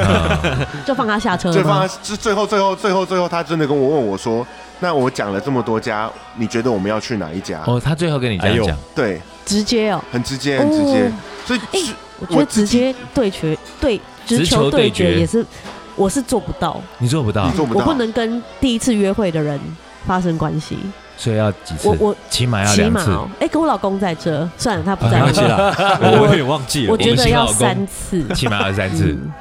S4: 啊
S5: 就放他下车
S1: 最
S5: 了
S1: 方
S5: 吗？
S1: 最最后最后最后最后他真的跟我问我说，那我讲了这么多家，你觉得我们要去哪一家？
S4: 哦，他最后跟你这样
S3: 哎
S4: 讲
S3: 呦，
S1: 对，
S5: 直接哦、
S1: 很直接很直接
S5: 哦，
S1: 所以
S5: 哎
S1: 是
S5: 我觉得
S1: 我自
S5: 直
S1: 己
S5: 接对决对
S4: 直
S5: 直
S4: 球
S5: 球
S4: 对
S5: 对
S4: 决
S5: 决也是，我是做不到，
S4: 你做不到
S1: 你，做不
S5: 我
S1: 到，
S5: 不能跟第一次约会的人发生关系。
S4: 所以要几次
S5: 我？我
S4: 起码要
S5: 起
S4: 两
S5: 码哦
S4: 次。
S5: 哦、哎、跟我老公在这，算了，他不在
S4: 啊
S3: 忘
S5: 乎
S3: 记，了，我我 有点忘记了
S5: 我，觉
S4: 我们
S5: 得
S4: 新
S5: 要
S4: 老公
S5: 三次。
S4: 起码要三次，
S5: 嗯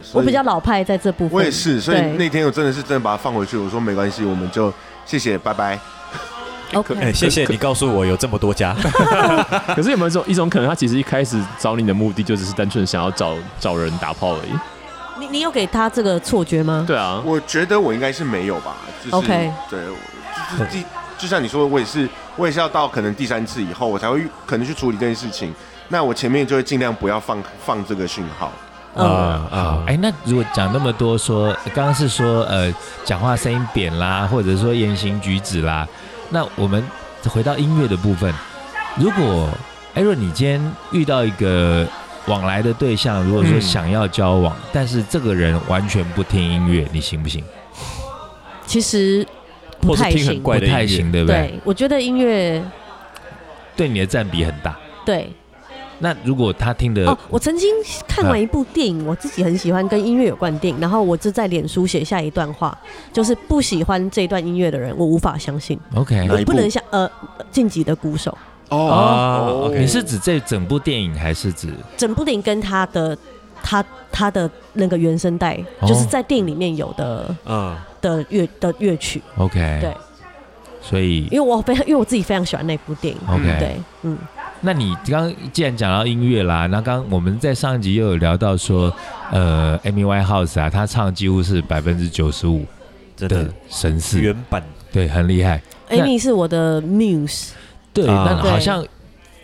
S1: 所
S5: 我
S1: 以
S5: 比较老派，在这部分
S1: 我也是，所以
S5: 对
S1: 那天我真的是真的把他放回去，我说没关系，我们就谢谢，拜拜。
S3: 哎，
S5: OK，
S3: 谢谢你告诉我有这么多家，
S2: 可是有没有一种一种可能，他其实一开始找你的目的就只是单纯想要找找人打炮而已？
S5: 你你有给他这个错觉吗？
S2: 对啊，
S1: 我觉得我应该是没有吧，就是
S5: OK
S1: 对，我就是第就像你说，的，我也是，我也是要到可能第三次以后，我才会可能去处理这件事情。那我前面就会尽量不要放放这个讯号，
S5: 嗯，
S4: 啊，哎，那如果讲那么多说，刚刚是说呃，讲话声音扁啦，或者说言行举止啦，那我们回到音乐的部分，如果艾若你今天遇到一个往来的对象，如果说
S3: 嗯
S4: 想要交往，但是这个人完全不听音乐，你行不行？
S5: 其实不
S3: 或是
S5: 太
S3: 听很
S5: 行。
S3: 怪
S4: 不
S3: 的
S4: 太
S3: 音乐，
S4: 行，对不对？
S5: 对，我觉得音乐
S4: 对你的占比很大。
S5: 对
S4: 那如果他听的
S3: 嗯
S5: 哦，我曾经看
S4: 啊
S5: 完一部电影，我自己很喜欢跟音乐有关的电影，然后我就在脸书写下一段话，就是不喜欢这段音乐的人，我无法相信，
S4: OK，
S1: 哪
S5: 我
S1: 一部
S5: 不能相呃，晋级的鼓手，
S4: 哦
S3: 哦
S4: 你是指这整部电影还是指
S5: 整部电影跟他的他他的那个原声带，就是在电影里面有的
S3: 嗯，
S5: 的乐的乐曲，
S4: OK？
S5: 对，
S4: 所以
S5: 因为我非常因为我自己非常喜欢那部电影，
S4: OK，、
S5: 对，嗯，
S4: 那你刚刚既然讲到音乐啦，那刚刚我们在上一集又有聊到说，呃，Amy Winehouse 啊，她唱几乎是百分之九十五
S3: 真
S4: 的
S3: 的
S4: 神似，
S3: 原版
S4: 对，很厉害。那
S5: Amy 是我的 muse，
S4: 对，
S3: 啊
S4: 那好像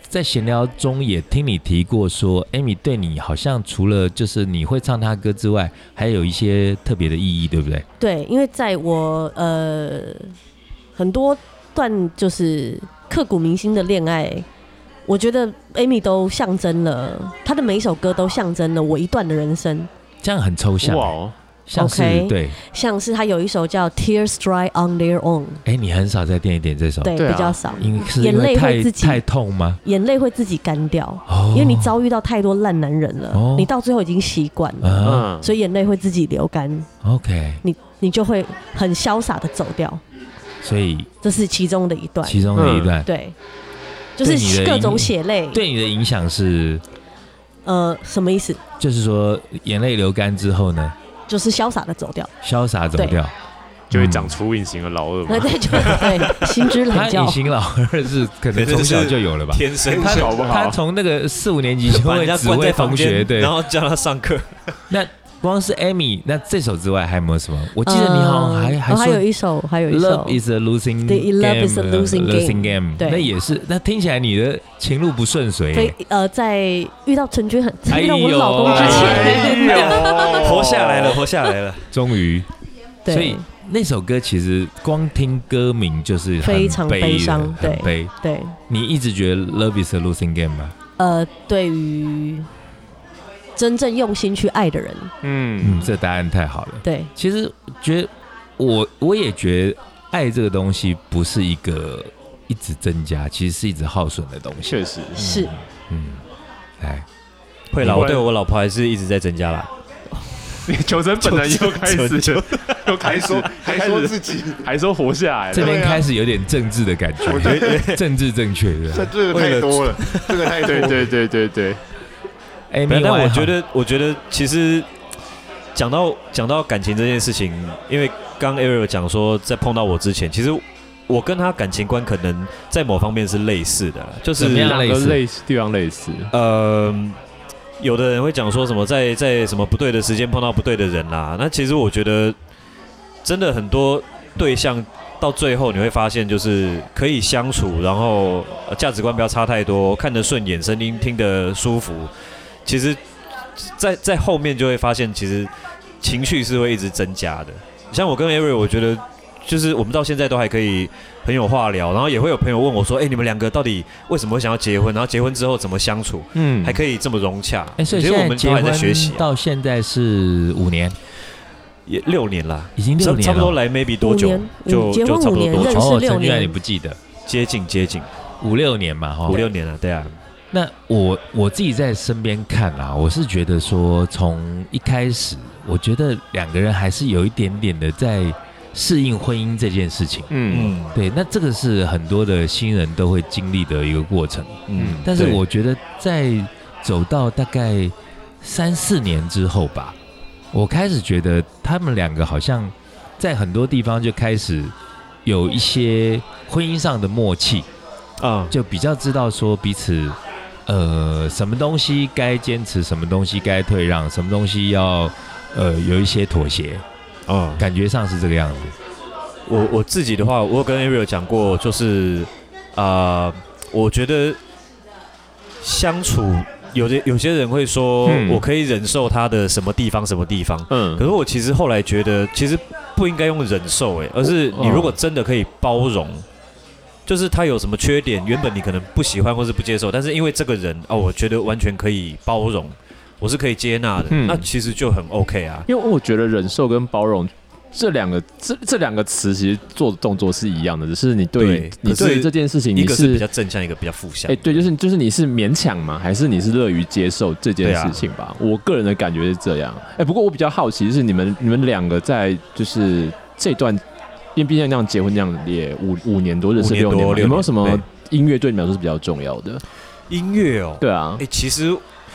S4: 在闲聊中也听你提过说，Amy 对你好像除了就是你会唱她歌之外，还有一些特别的意义，对不对？
S5: 对，因为在我呃很多段就是刻骨铭心的恋爱，我觉得 Amy 都象征了她的每一首歌都象征了我一段的人生，
S4: 这样很抽象，
S2: 哇，哦
S4: 像是
S5: OK
S4: 对，
S5: 像是她有一首叫《Tears Dry on Their Own
S4: 哎，你很少在店里点这首》，，
S5: 对，
S2: 对啊
S5: 比较少，
S4: 因是
S5: 眼
S4: 因为
S5: 泪会
S4: 太
S5: 自己
S4: 太痛吗？
S5: 眼泪会自己干掉，
S4: 哦，
S5: 因为你遭遇到太多烂男人了，
S4: 哦
S5: 你到最后已经习惯了，
S4: 啊
S2: 嗯，
S7: 欸
S5: 所以眼泪会自己流干，
S4: ，OK，
S5: 你就会很潇洒的走掉，
S4: 所以
S5: 这是其中的一段，
S4: 其中的一段
S3: 嗯
S5: 对，就
S4: 对你的
S5: 是
S4: 影
S5: 各种血泪，
S4: 对你的影响是，
S5: 呃，什么意思？
S4: 就是说眼泪流干之后呢，
S5: 就是潇洒的走掉，
S4: 潇洒走
S5: 对
S4: 掉，
S2: 就会长出隐形的老二嘛
S5: 那。 对就对，心之
S4: 他
S5: 冷
S4: 隐
S5: 教，
S4: 形老二是可能从小就有了吧？
S3: 天生
S2: 他搞不
S4: 他
S2: 好，
S4: 从那个四五年级就
S3: 哎把
S4: 会
S3: 人家
S4: 指
S3: 关
S4: 挥
S3: 在房
S4: 同学，
S3: 间，
S4: 对
S3: 然。后叫他上课。
S4: 光是 Amy，那这首之外还有没有什么？我记得你好像还、
S5: 呃
S4: 还
S5: 哦
S4: 说
S5: 还有一首，还有一首
S4: Love is a losing
S5: The love is a losing
S4: game, 呃
S5: game
S4: game
S5: 对
S4: 那也是。那听起来你的情路不顺遂
S5: 非
S4: 耶，
S5: 呃，在遇到陈君很
S4: 哎呦
S5: 遇到我老公之
S4: 哎
S5: 前，
S2: 呦
S3: 活下来了，，活下来了。
S4: 终于。所以
S5: 对
S4: 那首歌其实光听歌名就是很
S5: 非常
S4: 悲
S5: 悲
S4: 的
S5: 伤
S4: 很
S5: 对
S4: 悲。
S5: 对，
S4: 你一直觉得 Love is a losing game 吗？
S5: 呃，对于真正用心去爱的人，
S2: 嗯
S4: 嗯，，这答案太好了。
S5: 对
S4: 其实觉得我我也觉得爱这个东西不是一个一直增加，其实是一直耗损的东西。
S2: 确实，
S5: 是
S4: 嗯，来，
S3: 会啦，我对我老婆还是一直在增加啦。
S2: 求生本能又开始了，又开
S1: 还
S2: 始
S1: 说
S2: 了，
S1: 还
S2: 开
S1: 说
S2: 始
S1: 自己，
S2: 还说活下来
S4: 这
S2: 了。
S4: 边
S1: 对啊
S4: 开始有点政治的感觉，
S1: 我 觉得
S4: 政治正确
S1: 这
S4: 的。
S1: 这个太多 了，这个太多
S2: 对
S1: 了。
S2: 对对对对，
S4: 哎，
S3: 没有但我
S4: 好
S3: 觉得，我觉得其实讲到讲到感情这件事情，因为刚 Ariel 讲说，在碰到我之前，其实我跟他感情观可能在某方面是类似的啦，就
S4: 怎么
S3: 是
S4: 样
S2: 两
S4: 类
S2: 个
S4: 似
S2: 类似，地方类似，
S3: 呃，有的人会讲说什么在在什么不对的时间碰到不对的人啦、那其实我觉得，真的很多对象到最后你会发现，就是可以相处，然后呃价值观不要差太多，看得顺眼，声音听得舒服。其实在，在后面就会发现，其实情绪是会一直增加的。像我跟 Ari，我觉得就是我们到现在都还可以很有话聊，然后也会有朋友问我说：“哎、你们两个到底为什么会想要结婚？然后结婚之后怎么相处？
S4: 嗯
S3: 还可以这么融洽？”
S4: 哎，所以
S3: 其实
S4: 现
S3: 我
S4: 在
S3: 们
S4: 结
S3: 都还
S4: 婚
S3: 在学习啊、
S4: 到现在是五年，
S3: 也六年啦，
S4: 已经
S3: 差
S4: 六年
S3: 差
S4: 了。
S3: 不多来 maybe 多
S5: 五
S3: 久
S5: 年？
S3: 就
S5: 嗯结
S3: 就
S5: 婚
S3: 差不
S5: 五
S3: 多
S5: 年
S3: 多
S5: 认
S3: 久？
S5: 识
S4: 哦，
S5: 六
S4: 陈俊然
S5: 年
S4: 你不记得
S3: 接近接近
S4: 五六年嘛？哈，
S3: 五六年了，对啊，
S4: 那我我自己在身边看啦、我是觉得说，从一开始，我觉得两个人还是有一点点的在适应婚姻这件事情。
S2: 嗯，
S3: 嗯
S4: 对，那这个是很多的新人都会经历的一个过程。
S3: 嗯
S4: 但是
S3: 对
S4: 我觉得在走到大概三四年之后吧，我开始觉得他们两个好像在很多地方就开始有一些婚姻上的默契。
S2: 嗯
S3: 啊，
S4: 就比较知道说彼此，呃，什么东西该坚持，什么东西该退让，什么东西要，呃，有一些妥协，
S3: 哦，
S4: 感觉上是这个样子。
S3: 我我自己的话，我有跟 Ariel 讲过，就是啊、呃我觉得相处有的有些人会说，
S2: 嗯
S3: 我可以忍受他的什么地方什么地方，可
S2: 嗯，
S3: 是我其实后来觉得，其实不应该用忍受、欸，而是
S2: 哦
S3: 你如果真的可以包容，就是他有什么缺点，原本你可能不喜欢或是不接受，但是因为这个人哦，我觉得完全可以包容，我是可以接纳的，
S2: 嗯
S3: 那其实就很 OK 啊。
S2: 因为我觉得忍受跟包容。这两个这这两个词其实做的动作是一样的，只是你对于
S3: 对
S2: 你
S3: 可是
S2: 对于这件事情
S3: 一
S2: 你
S3: 个是比
S2: 是
S3: 较正向，一个比较负向。
S2: 哎、对，就是就是你是勉强吗？还是你是乐于接受这件
S3: 对啊
S2: 事情吧？我个人的感觉是这样。哎、不过我比较好奇是你们你们两个在就是这段，因为毕竟那样结婚那样也五五年多，认识
S3: 五年
S2: 六
S3: 多
S2: 年嘛，
S3: 六
S2: 有没有
S3: 年
S2: 什么
S3: 对
S2: 音乐对你们来说是比较重要的？
S3: 音乐哦，
S2: 对啊
S3: 哎、，其实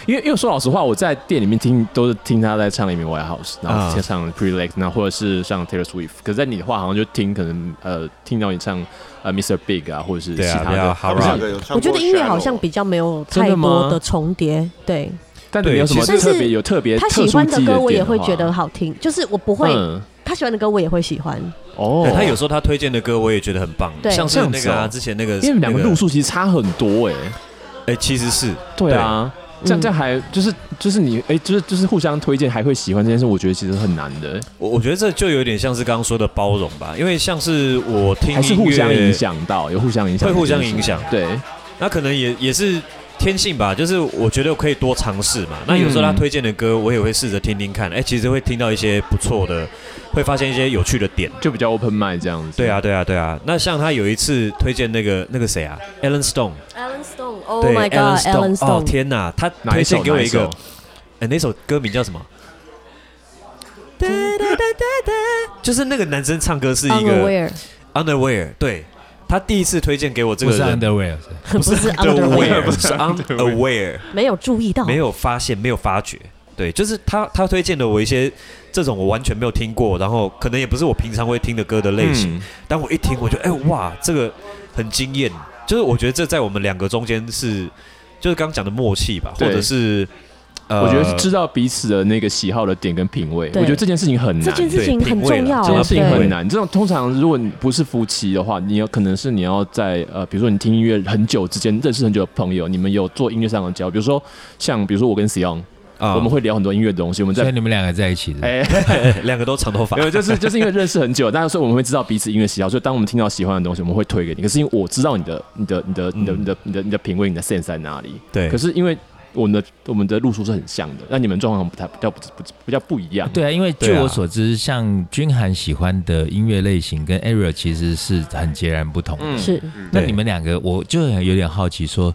S2: 因为因为说老实话，我在店里面听都是听他在唱《Amy Winehouse》，然后
S3: 啊
S2: 唱 p r e l e x 然后或者是像 Taylor Swift。可是在你的话，好像就听可能呃听到你唱呃 Mr. Big 啊，或者是
S3: 对啊
S2: 其他
S3: 对
S2: 的
S3: 啊
S1: 他
S2: 好
S1: 们两
S2: 像，
S1: 个有唱
S5: 我觉得
S1: 过
S5: 音乐
S1: Shallow
S5: 好像比较没有
S2: 真的
S5: 太
S2: 吗
S5: 多的重叠，对
S2: 但你有什么
S5: 对其实
S2: 特别有特别
S5: 他
S2: 特
S5: 喜
S2: 殊
S5: 欢
S2: 记忆
S5: 歌我也
S2: 点
S5: 会
S2: 话
S5: 觉得好听，就是我不会
S2: 嗯
S5: 他喜欢的歌我也会喜欢，
S2: 哦
S3: 对，哎他有时候他推荐的歌我也觉得很棒，
S5: 对
S3: 像是那
S2: 这
S3: 个
S2: 样
S3: 啊，之
S2: 子哦
S3: 前那个，
S2: 因为两个
S3: 那
S2: 路数其实差很多哎、
S3: 哎，其实是
S2: 对啊，这样
S5: 嗯
S2: 这样还就是就是你哎、就是就是互相推荐还会喜欢这件事，我觉得其实很难的，欸
S3: 我我觉得这就有点像是刚刚说的包容吧，因为像是我听
S2: 还是
S3: 音乐
S2: 互相影，响到，有互相影响，
S3: 会互相影响。
S2: 对，
S3: 那可能也也是天性吧，就是我觉得可以多尝试嘛。那有时候他推荐的歌，我也会试着听听看，哎，其实会听到一些不错的，会发现一些有趣的点。
S2: 就比较 open mind 这样子。
S3: 对啊，，对啊，对啊。那像他有一次推荐那个那个谁啊，Alan Stone，
S5: Alan Stone，Oh
S3: 对
S5: Oh my
S3: ，Alan
S5: God，Alan
S3: 哦
S5: Stone，
S3: 天哪，他
S2: 哪
S3: 推
S2: 一首？
S3: 荐给我一
S2: 哪
S3: 个
S2: 首，
S3: 哎，那首歌名叫什么？哒哒哒哒哒，就是那个男生唱歌是一个
S5: Unaware，
S3: Underwear，对他第一次推荐给我这
S4: 不
S3: 个
S4: 是
S3: 人
S4: underwear，是
S5: 不是
S3: Underwear，
S5: Underwear，
S3: 不是 Unaware，
S5: 没有注意到，
S3: 没有发现，没有发觉。对，就是他他推荐的我一些这种我完全没有听过，然后可能也不是我平常会听的歌的类型，
S1: 嗯
S3: 但我一听我就哎、哇，这个很惊艳。就是我觉得这在我们两个中间是，就是刚讲的默契吧，或
S2: 对
S3: 者是呃，
S2: 我觉得是知道彼此的那个喜好的点跟品味，我
S5: 对
S2: 觉得这件事情很难。
S5: 这件事情
S3: 对
S5: 很
S3: 品味啦
S5: 重要，
S2: 这
S3: 啊
S2: 件事情
S5: 哦对
S2: 很难。这种通常如果你不是夫妻的话，你有可能是你要在呃，比如说你听音乐很久之间认识很久的朋友，你们有做音乐上的交流，比如说像比如说我跟 Sion，、
S3: 啊
S2: 我们会聊很多音乐的东西，我们
S4: 所以
S2: 在。
S4: 你们两个在一起的。
S2: 哎，
S3: 两个都长头发
S2: 没，有，就是就是因为认识很久，但是我们会知道彼此音乐喜好，所以当我们听到喜欢的东西，我们会推给你。可是因为我知道你的、你的、你的、
S4: 嗯
S2: 你的、你的、你的、你的品味、你的 sense 在哪里，
S3: 对
S2: 可，是因为我们的我们的路数是很像的，那你们状况不太比较不不比较不一样。
S4: 对啊，因为据
S3: 对啊
S4: 我所知，像君涵喜欢的音乐类型跟 Ariel 其实是很截然不同的。
S5: 是
S1: 嗯
S4: 那
S3: 对
S4: 你们两个，我就很有点好奇说，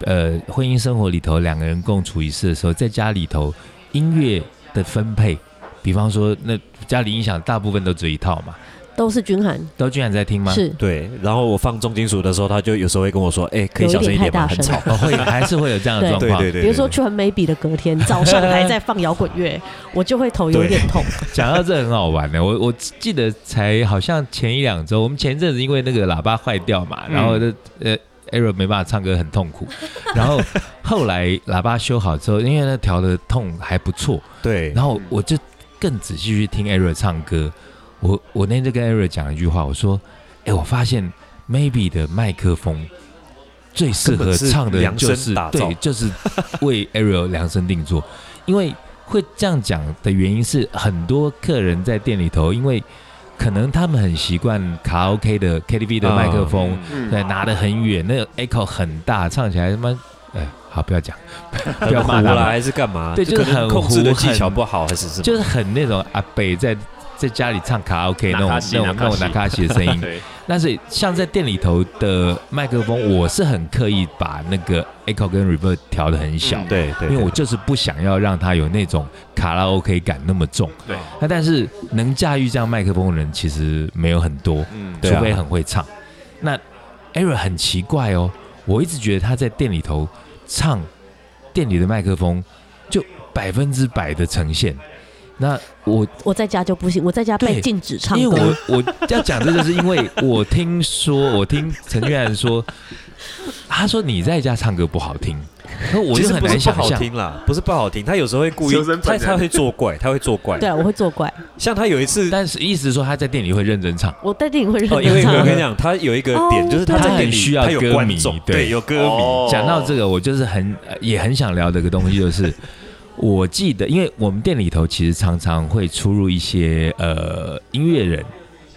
S4: 呃，婚姻生活里头两个人共处一室的时候，在家里头音乐的分配，比方说，那家里音响大部分都只有一套嘛，
S5: 都是均衡，
S4: 都君涵在听吗？
S5: 是
S3: 对。然后我放重金属的时候，他就有时候会跟我说，哎、可以
S5: 有一
S3: 小声
S5: 点
S3: 一
S5: 太
S3: 点吗？
S5: 大
S3: 很
S5: 声
S3: 吵
S5: 了。。
S4: 哦，会还是会有这样 的
S5: 对
S4: 状
S3: 对
S4: 况。
S3: 对对，
S5: 比如说去完眉笔的隔天早上还在放摇滚 乐，我就会头有点痛。
S4: 讲到这很好玩的，我我记得才好像前一两周，我们前一阵子因为那个喇叭坏掉嘛，
S3: 嗯
S4: 然后就呃 a a r o 没办法唱歌，很痛苦。然后后来喇叭修好之后，因为那调的痛还不错，
S3: 对，
S4: 然后我就更仔细去听 a a r o 唱歌。我我那天就跟 a a r o 讲了一句话，我说：“哎，我发现 Maybe 的麦克风。”最适
S3: 根
S4: 合
S3: 本是
S4: 唱的
S3: 量身
S4: 就是
S3: 打造
S4: 对，就是为 Ariel 量身定做，因为会这样讲的原因是，很多客人在店里头，因为可能他们很习惯卡拉 OK 的 KTV 的麦克风，
S1: 嗯
S4: 对，拿得很远，那个 echo 很大，唱起来他妈，哎，好，不要讲，不要骂
S3: 糊
S4: 他
S3: 啦，
S4: 们，
S3: 还是干嘛？
S4: 对
S3: 就
S4: 就是
S3: 可能
S4: 很
S3: 控制的
S4: 糊
S3: 技巧
S4: 很
S3: 不好，还是什么？
S4: 就是很那种阿北在在家里唱卡拉 OK 那种
S2: 纳卡
S4: 那
S2: 西
S4: 种那种
S2: 纳
S4: 拿
S2: 卡
S4: 卡西的声 音。
S2: 对，
S4: 那所以像在店里头的麦克风，我是很刻意把那个 echo 跟 reverb 调得很小，
S1: 嗯
S3: 对对，
S4: 因为我就是不想要让它有那种卡拉 OK 感那么重。
S2: 对，
S4: 那但是能驾驭这样麦克风的人其实没有很多，
S1: 嗯
S3: 对
S4: 除
S3: 啊
S4: 非很会唱。那 e r a 很奇怪哦，我一直觉得他在店里头唱店里的麦克风就百分之百的呈现。那我
S5: 我在家就不行，我在家被
S4: 对
S5: 禁止唱
S4: 因为
S5: 歌。
S4: 我我要讲这个，是因为我听 说，我听陈俊翰说，他说你在家唱歌不好听，那我
S3: 其
S4: 就
S3: 实
S4: 很
S3: 不
S4: 难
S3: 是不
S4: 想
S3: 好
S4: 象。
S3: 听啦，不是不好听，他有时候会故意
S1: 求生，
S3: 他
S1: 本能
S3: 他会作怪，他会作怪。
S5: 对啊，我会作怪，
S3: 像他有一次，
S4: 但是意思是说他在店里会认真唱，
S5: 我在电影会认
S3: 哦，因为
S5: 真唱
S3: 我跟
S5: 歌。
S3: 你讲，他有一个点，
S5: 哦
S3: 就是他
S5: 对
S3: 在店
S4: 他很
S3: 里
S4: 需要
S3: 他有
S4: 歌
S3: 观
S4: 迷
S3: 众，
S4: 对
S3: 对，有歌迷。
S1: 哦
S4: 讲到这个，我就是很呃也很想聊的一个东西，就是我记得，因为我们店里头其实常常会出入一些呃音乐人，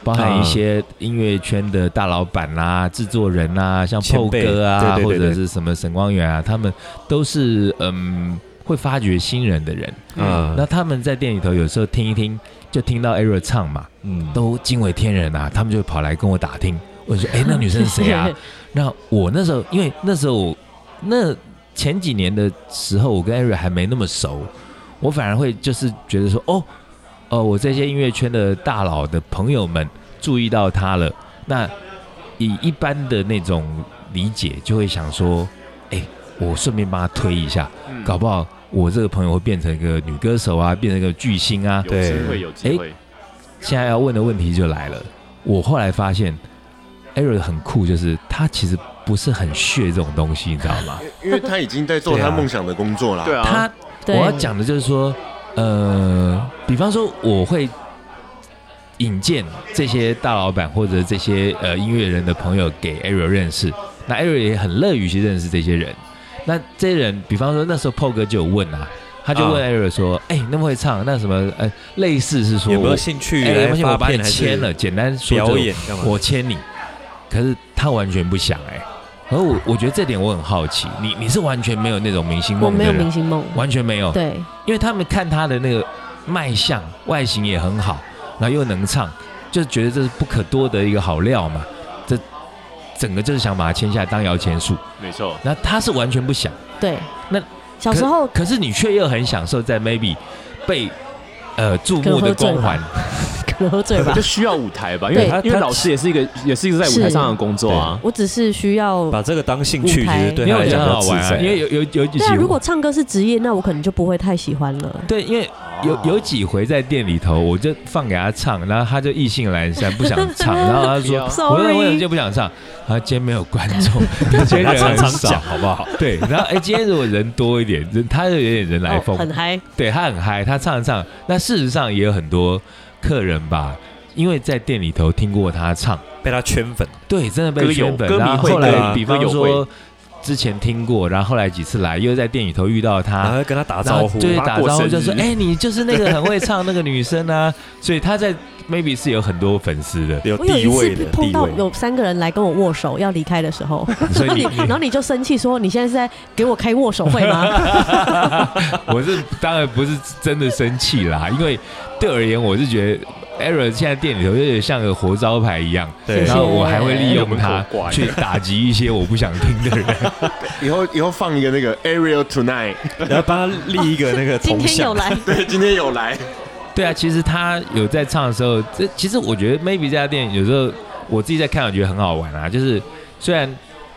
S4: 包含
S3: 啊
S4: 一些音乐圈的大老板啦、制作人啦、像
S3: 前
S4: PO
S3: 辈
S4: 哥
S3: 对对
S4: 啊，
S3: 对对
S4: 或者是什么沈光远啊，他们都是嗯会发掘新人的人。
S3: 嗯
S4: 那他们在店里头有时候听一听，就听到 Ariel 唱嘛，
S3: 嗯，
S4: 都惊为天人啊，他们就跑来跟我打听。我就说：“哎、那女生是谁啊？”？那我那时候，因为那时候我那前几年的时候，我跟艾瑞还没那么熟，我反而会就是觉得说，哦，哦，我这些音乐圈的大佬的朋友们注意到他了。那以一般的那种理解，就会想说，哎、我顺便帮他推一下，
S1: 嗯
S4: 搞不好我这个朋友会变成一个女歌手啊，变成一个巨星啊。
S2: 有
S3: 对
S2: 机会有机会。
S4: 现在要问的问题就来了，我后来发现 a r i 很酷，就是他其实不是很屑这种东西，你知道吗？
S1: 因为他已经在做
S3: 对啊
S1: 他梦想的工作啦。
S2: 对，啊，
S4: 他我
S5: 对，
S4: 要讲的就是说，呃，比方说我会引荐这些大老板或者这些呃音乐人的朋友给 a r i 认识，那 a r i 也很乐于去认识这些人，那这些人，比方说那时候 PO 哥就有问啊，他就问
S3: 啊
S4: Ariel 说：“哎、你那么会唱，那什么呃，类似是说
S3: 有没
S4: 我
S3: 有兴趣
S4: 哎
S3: 来
S4: 不行
S3: 发
S4: 我把
S3: 片
S4: 你
S3: 还是
S4: 签了，简单说
S3: 表
S4: 就
S3: 演干嘛？
S4: 我签你。”可是他完全不想哎、而我我觉得这点我很好奇，你你是完全没有那种明星梦
S5: 我
S4: 啊哦的
S5: 没有明
S4: 人，
S5: 星梦，
S4: 完全没有，
S5: 对，
S4: 因为他们看他的那个卖相、外形也很好，然后又能唱，就觉得这是不可多得一个好料嘛。这整个就是想把他签下来当摇钱树，
S2: 没错，
S4: 那他是完全不想。
S5: 对，
S4: 那
S5: 小时候
S4: 可是你却又很享受在 maybe 被呃注目的光环，
S5: 可能喝醉吧
S2: 就，需要舞台吧，因
S5: 对
S2: 为他因为老师也是一个也是一直在舞台上的工作啊。
S5: 我只是需要
S3: 把这个当兴趣，
S5: 舞
S3: 其
S5: 台
S3: 实对
S4: 因
S3: 他
S4: 为我
S3: 来
S4: 觉
S3: 讲
S4: 得
S3: 比较
S4: 很好
S3: 自
S4: 玩、啊，
S3: 在。
S4: 因为有有有几
S5: 对
S4: 集
S5: 啊，
S4: 我
S5: 如果唱歌是职业，那我可能就不会太喜欢了。
S4: 对，因为
S1: 啊哦
S4: 有有几回在店里头，我就放给他唱，然后他就意兴阑珊，不想唱，然后他说
S5: Sorry
S4: 我我有就不想唱，啊，今天没有观众，今天
S3: 他常
S4: 人很
S3: 常
S4: 少
S3: 讲，好不好？
S4: 对，然后哎、今天如果人多一点，人他就有点人来
S5: 哦
S4: 疯，
S5: 很嗨，
S4: 对他很嗨，他唱一唱。那事实上也有很多客人吧，因为在店里头听过他唱，
S3: 被他圈粉，
S4: 对，真的被
S2: 歌友
S4: 圈粉。
S2: 歌迷
S4: 然后
S2: 会
S4: 后
S3: 对
S4: 来，
S3: 啊
S4: 比方
S2: 歌友
S4: 说之前听过，然后后来几次来，又在店里头遇到
S3: 然
S4: 他，
S3: 后跟他打
S4: 啊然
S3: 招
S4: 后
S3: 呼
S4: 就，会打
S2: 过
S4: 招呼，
S2: 生
S4: 就说：“
S2: 日
S4: 哎、你就是那个很会唱那个女生 啊。”所以他在 maybe 是有很多粉丝的，
S3: 有
S5: 我有
S3: 地
S5: 一
S3: 位
S5: 次
S3: 的
S5: 碰
S3: 地
S5: 到
S3: 位。
S5: 有三个人来跟我握手要离开的时候，
S4: 所
S5: 然后
S4: 以
S5: 你
S4: 你
S5: 然后你就生气说你现在是在给我开握手 会吗？
S4: 我是当然不是真的生气啦，因为对我而言，我是觉得 Error 现在店里头有点像个活招牌一样，
S3: 对
S4: 然后我还会利用它
S2: 有门口挂一
S4: 去打击一些我不想听的人。
S1: 以后以后放一个那个 Ariel Tonight，
S3: 然后帮他立一个那个
S5: 今
S3: 铜
S5: 天
S3: 像，
S5: 有来，
S1: 对，今天有来，
S4: 对啊，其实他有在唱的时候，这其实我觉得 Maybe 这家店有时候我自己在看，我觉得很好玩啊。就是虽然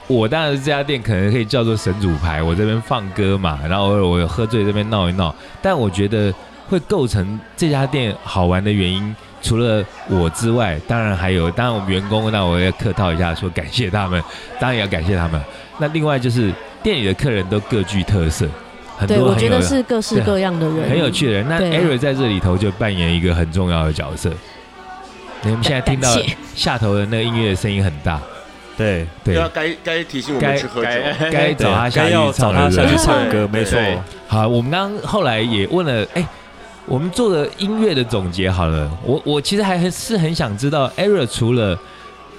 S4: 我当然这家店可能可以叫做神主牌，我这边放歌嘛，然后偶尔我有喝醉这边闹一闹，但我觉得会构成这家店好玩的原因，除了我之外，当然还有，当然我们员工，那我也客套一下说感谢他们，当然也要感谢他们。那另外就是店里的客人都各具特色，很
S5: 对，
S4: 多
S5: 我
S4: 很
S5: 觉
S4: 有
S5: 得是各式各样的人，
S4: 很有趣的人。那
S5: 对
S4: Eric 在这里头就扮演一个很重要的角色。你们现在听到
S5: 感谢
S4: 下头的那个音乐声音很大，
S3: 对，
S4: 对，
S1: 该该提醒我
S4: 该
S1: 喝酒，
S4: 该找他下
S3: 该
S4: 去
S3: 要找
S4: 唱
S3: 他
S4: 了。
S3: 下
S4: 对
S3: 去
S4: 不对
S3: 唱歌，没错。
S1: 对
S4: 好，我们刚刚后来也问了，哎，我们做了音乐的总结好了。我我其实还很是很想知道 Eric 除了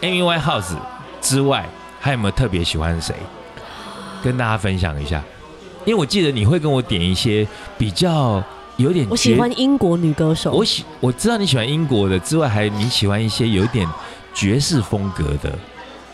S4: Amy Winehouse 之外，还有没有特别喜欢谁？跟大家分享一下，因为我记得你会跟我点一些比较有点
S5: 我喜
S4: 绝
S5: 欢英国女歌手，
S4: 我喜我知道你喜欢英国的之外，还你喜欢一些有一点爵士风格的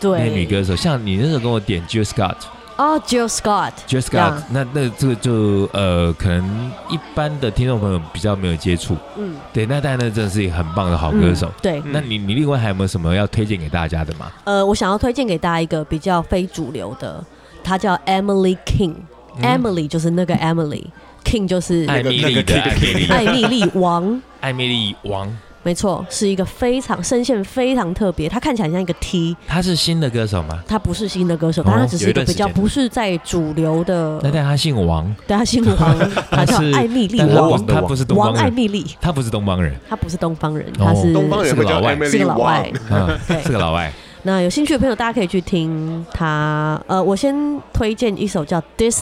S4: 那
S5: 对
S4: 些女歌手，像你那时候跟我点 Jill Scott，Jill
S5: 哦 j i l l Scott，
S4: Scott，
S5: Yeah
S4: 那那这个就呃，可能一般的听众朋友比较没有接触。
S5: 嗯，
S4: 对，那但那真的是一个很棒的好歌手
S5: 嗯。对，
S4: 那你你另外还有没有什么要推荐给大家的吗
S5: 呃，我想要推荐给大家一个比较非主流的，她叫 Emily King。Emily 嗯就是那个 Emily，King 就是
S4: 嗯艾米丽的艾米丽，
S5: 艾米丽王，
S4: 艾米丽王，
S5: 没错，是一个非常声线非常特别，她看起来像一个 T，
S4: 她是新的歌手吗？
S5: 她不是新的歌手，但
S4: 哦
S5: 她只是一个比较
S3: 有一段时间
S5: 不是在主流的，
S4: 那但她姓王，
S5: 对她姓 王，她叫
S4: 是
S5: 艾米丽
S4: 但她
S5: 王
S4: 不，她不是东
S5: 王
S4: 方
S5: 艾
S4: 人，
S5: 米丽，
S4: 她不是东方人
S5: 她不是东方人，
S4: 哦
S5: 她是
S1: 东方人会叫
S4: 是个老外
S1: Emily
S5: 是个老
S1: Wang
S5: 外，
S4: 啊，
S5: 对
S4: 是，个老外。
S5: 那有兴趣的朋友，大家可以去听他。呃，我先推荐一首叫《Distance》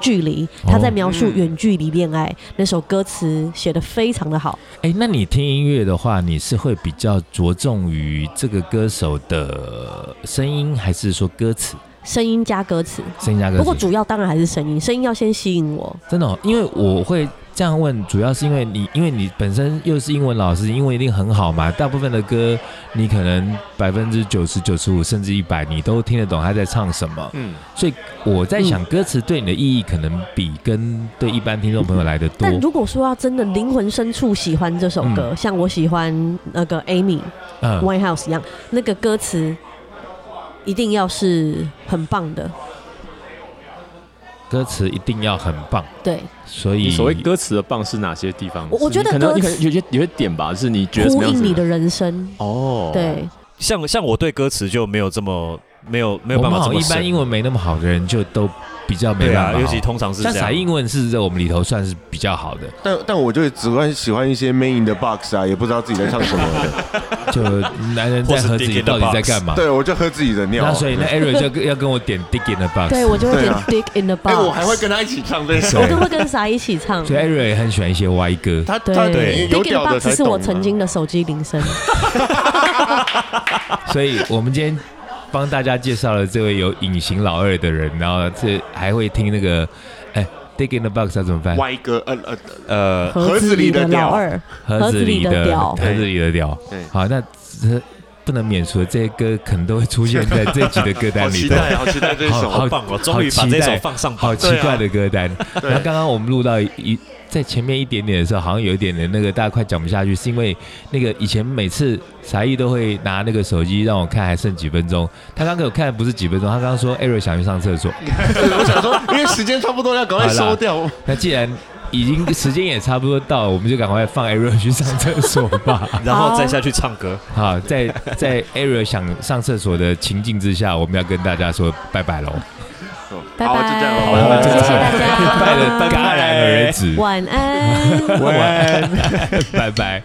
S5: 距离，他在描述远距离恋爱，那首歌词写的非常的好。
S4: 哎，那你听音乐的话，你是会比较着重于这个歌手的声音，还是说歌词？
S5: 声音加歌词，
S4: 声音加歌词？
S5: 不过主要当然还是声音，声音要先吸引我。
S4: 真的、哦，因为我会这样问，主要是因为你，因为你本身又是英文老师，英文一定很好嘛。大部分的歌，你可能百分之九十、九十五甚至一百，你都听得懂他在唱什么。
S2: 嗯，
S4: 所以我
S5: 嗯
S4: 在想，歌词对你的意义可能比跟对一般听众朋友来的多
S5: 但。如果说要真的灵魂深处喜欢这首歌，像我喜欢那个 Amy
S4: 嗯
S5: Winehouse 一样，那个歌词一定要是很棒的。
S4: 歌词一定要很棒，
S5: 对，
S4: 所以
S2: 你所谓歌词的棒是哪些地方？
S5: 我我觉得
S2: 是你可能
S5: 歌
S2: 你
S5: 词
S2: 可能有些有些点吧，是你觉得什
S5: 呼
S2: 么样
S5: 应
S2: 子
S5: 你的人生。
S2: 哦，
S5: 对，
S3: 像像我对歌词就没有这么没有没有
S4: 我
S3: 办
S4: 们
S3: 法这么
S4: 好像一般
S3: 深
S4: 英文没那么好的人就都比较没
S3: 对
S4: 办
S3: 啊，
S4: 法
S3: 尤
S4: 好。
S3: 其通常是
S4: 像
S3: 这
S4: 撒英
S3: 样。
S4: 文是在我们里头算是比较好的，
S1: 但但我就只欢喜欢一些 Main in the Box 啊，也不知道自己在唱什么 的。
S4: 就男人在盒子里到底在干嘛？
S1: 对，我就喝自己的尿啊。
S4: 那所以
S3: 哦
S4: 那 Ariel 就跟要 跟我点 Dig in the Box，
S5: 对我就会
S1: 对
S5: 点
S1: 啊
S5: Dick in the Box，、
S1: 哎，我还会跟他一起唱这首
S5: 我。都会跟傻一起唱。
S4: 所以 Ariel 也很喜欢一些歪歌。
S1: 他他
S5: 对
S1: 有
S5: ，Dick in
S1: 屌
S5: the
S1: 的才
S5: Box 是
S1: 懂
S5: 我
S1: 啊。
S5: 曾经的手机铃声。
S4: 所以我们今天帮大家介绍了这位有隐形老二的人，然后这还会听那个，哎，Dig in the box 要怎么办？
S1: 歪歌，呃呃
S3: 呃，
S5: 盒子里的老
S1: 屌
S5: 二，
S4: 盒子里
S5: 盒子里的
S4: 的
S5: 屌
S4: 盒子里的屌
S1: 对。
S4: 好，那这不能免除的这些歌可能都会出现在这哎集的歌
S1: 好
S4: 单里
S1: 期
S3: 哦
S4: 头。
S1: 待，好期待这
S4: 好
S1: 首。
S3: 好棒哦，终于把
S4: 好期
S3: 这
S4: 待
S3: 首放上榜啊
S4: 好啊奇怪的歌 单。然后刚刚我们录到一在前面一点点的时候，好像有一点点那个大家快讲不下去，是因为那个以前每次才艺都会拿那个手机让我看还剩几分钟，他刚给我看不是几分钟，他刚刚说哎 Ariel 想去上厕所。
S1: 我想说，因为时间差不 多，要赶快收掉。
S4: 那既然已经时间也差不多到了，我们就赶快放 Ariel 去上厕所吧。
S3: 然后再下去唱歌。
S4: 好，在在 Ariel 想上厕所的情境之下，我们要跟大家说拜拜喽，
S5: 拜
S1: 好就这样好
S5: 拜，哦谢谢大
S4: 哦 拜的
S5: 家，
S4: 戛然而止，
S5: 晚安。
S4: 晚安，拜拜。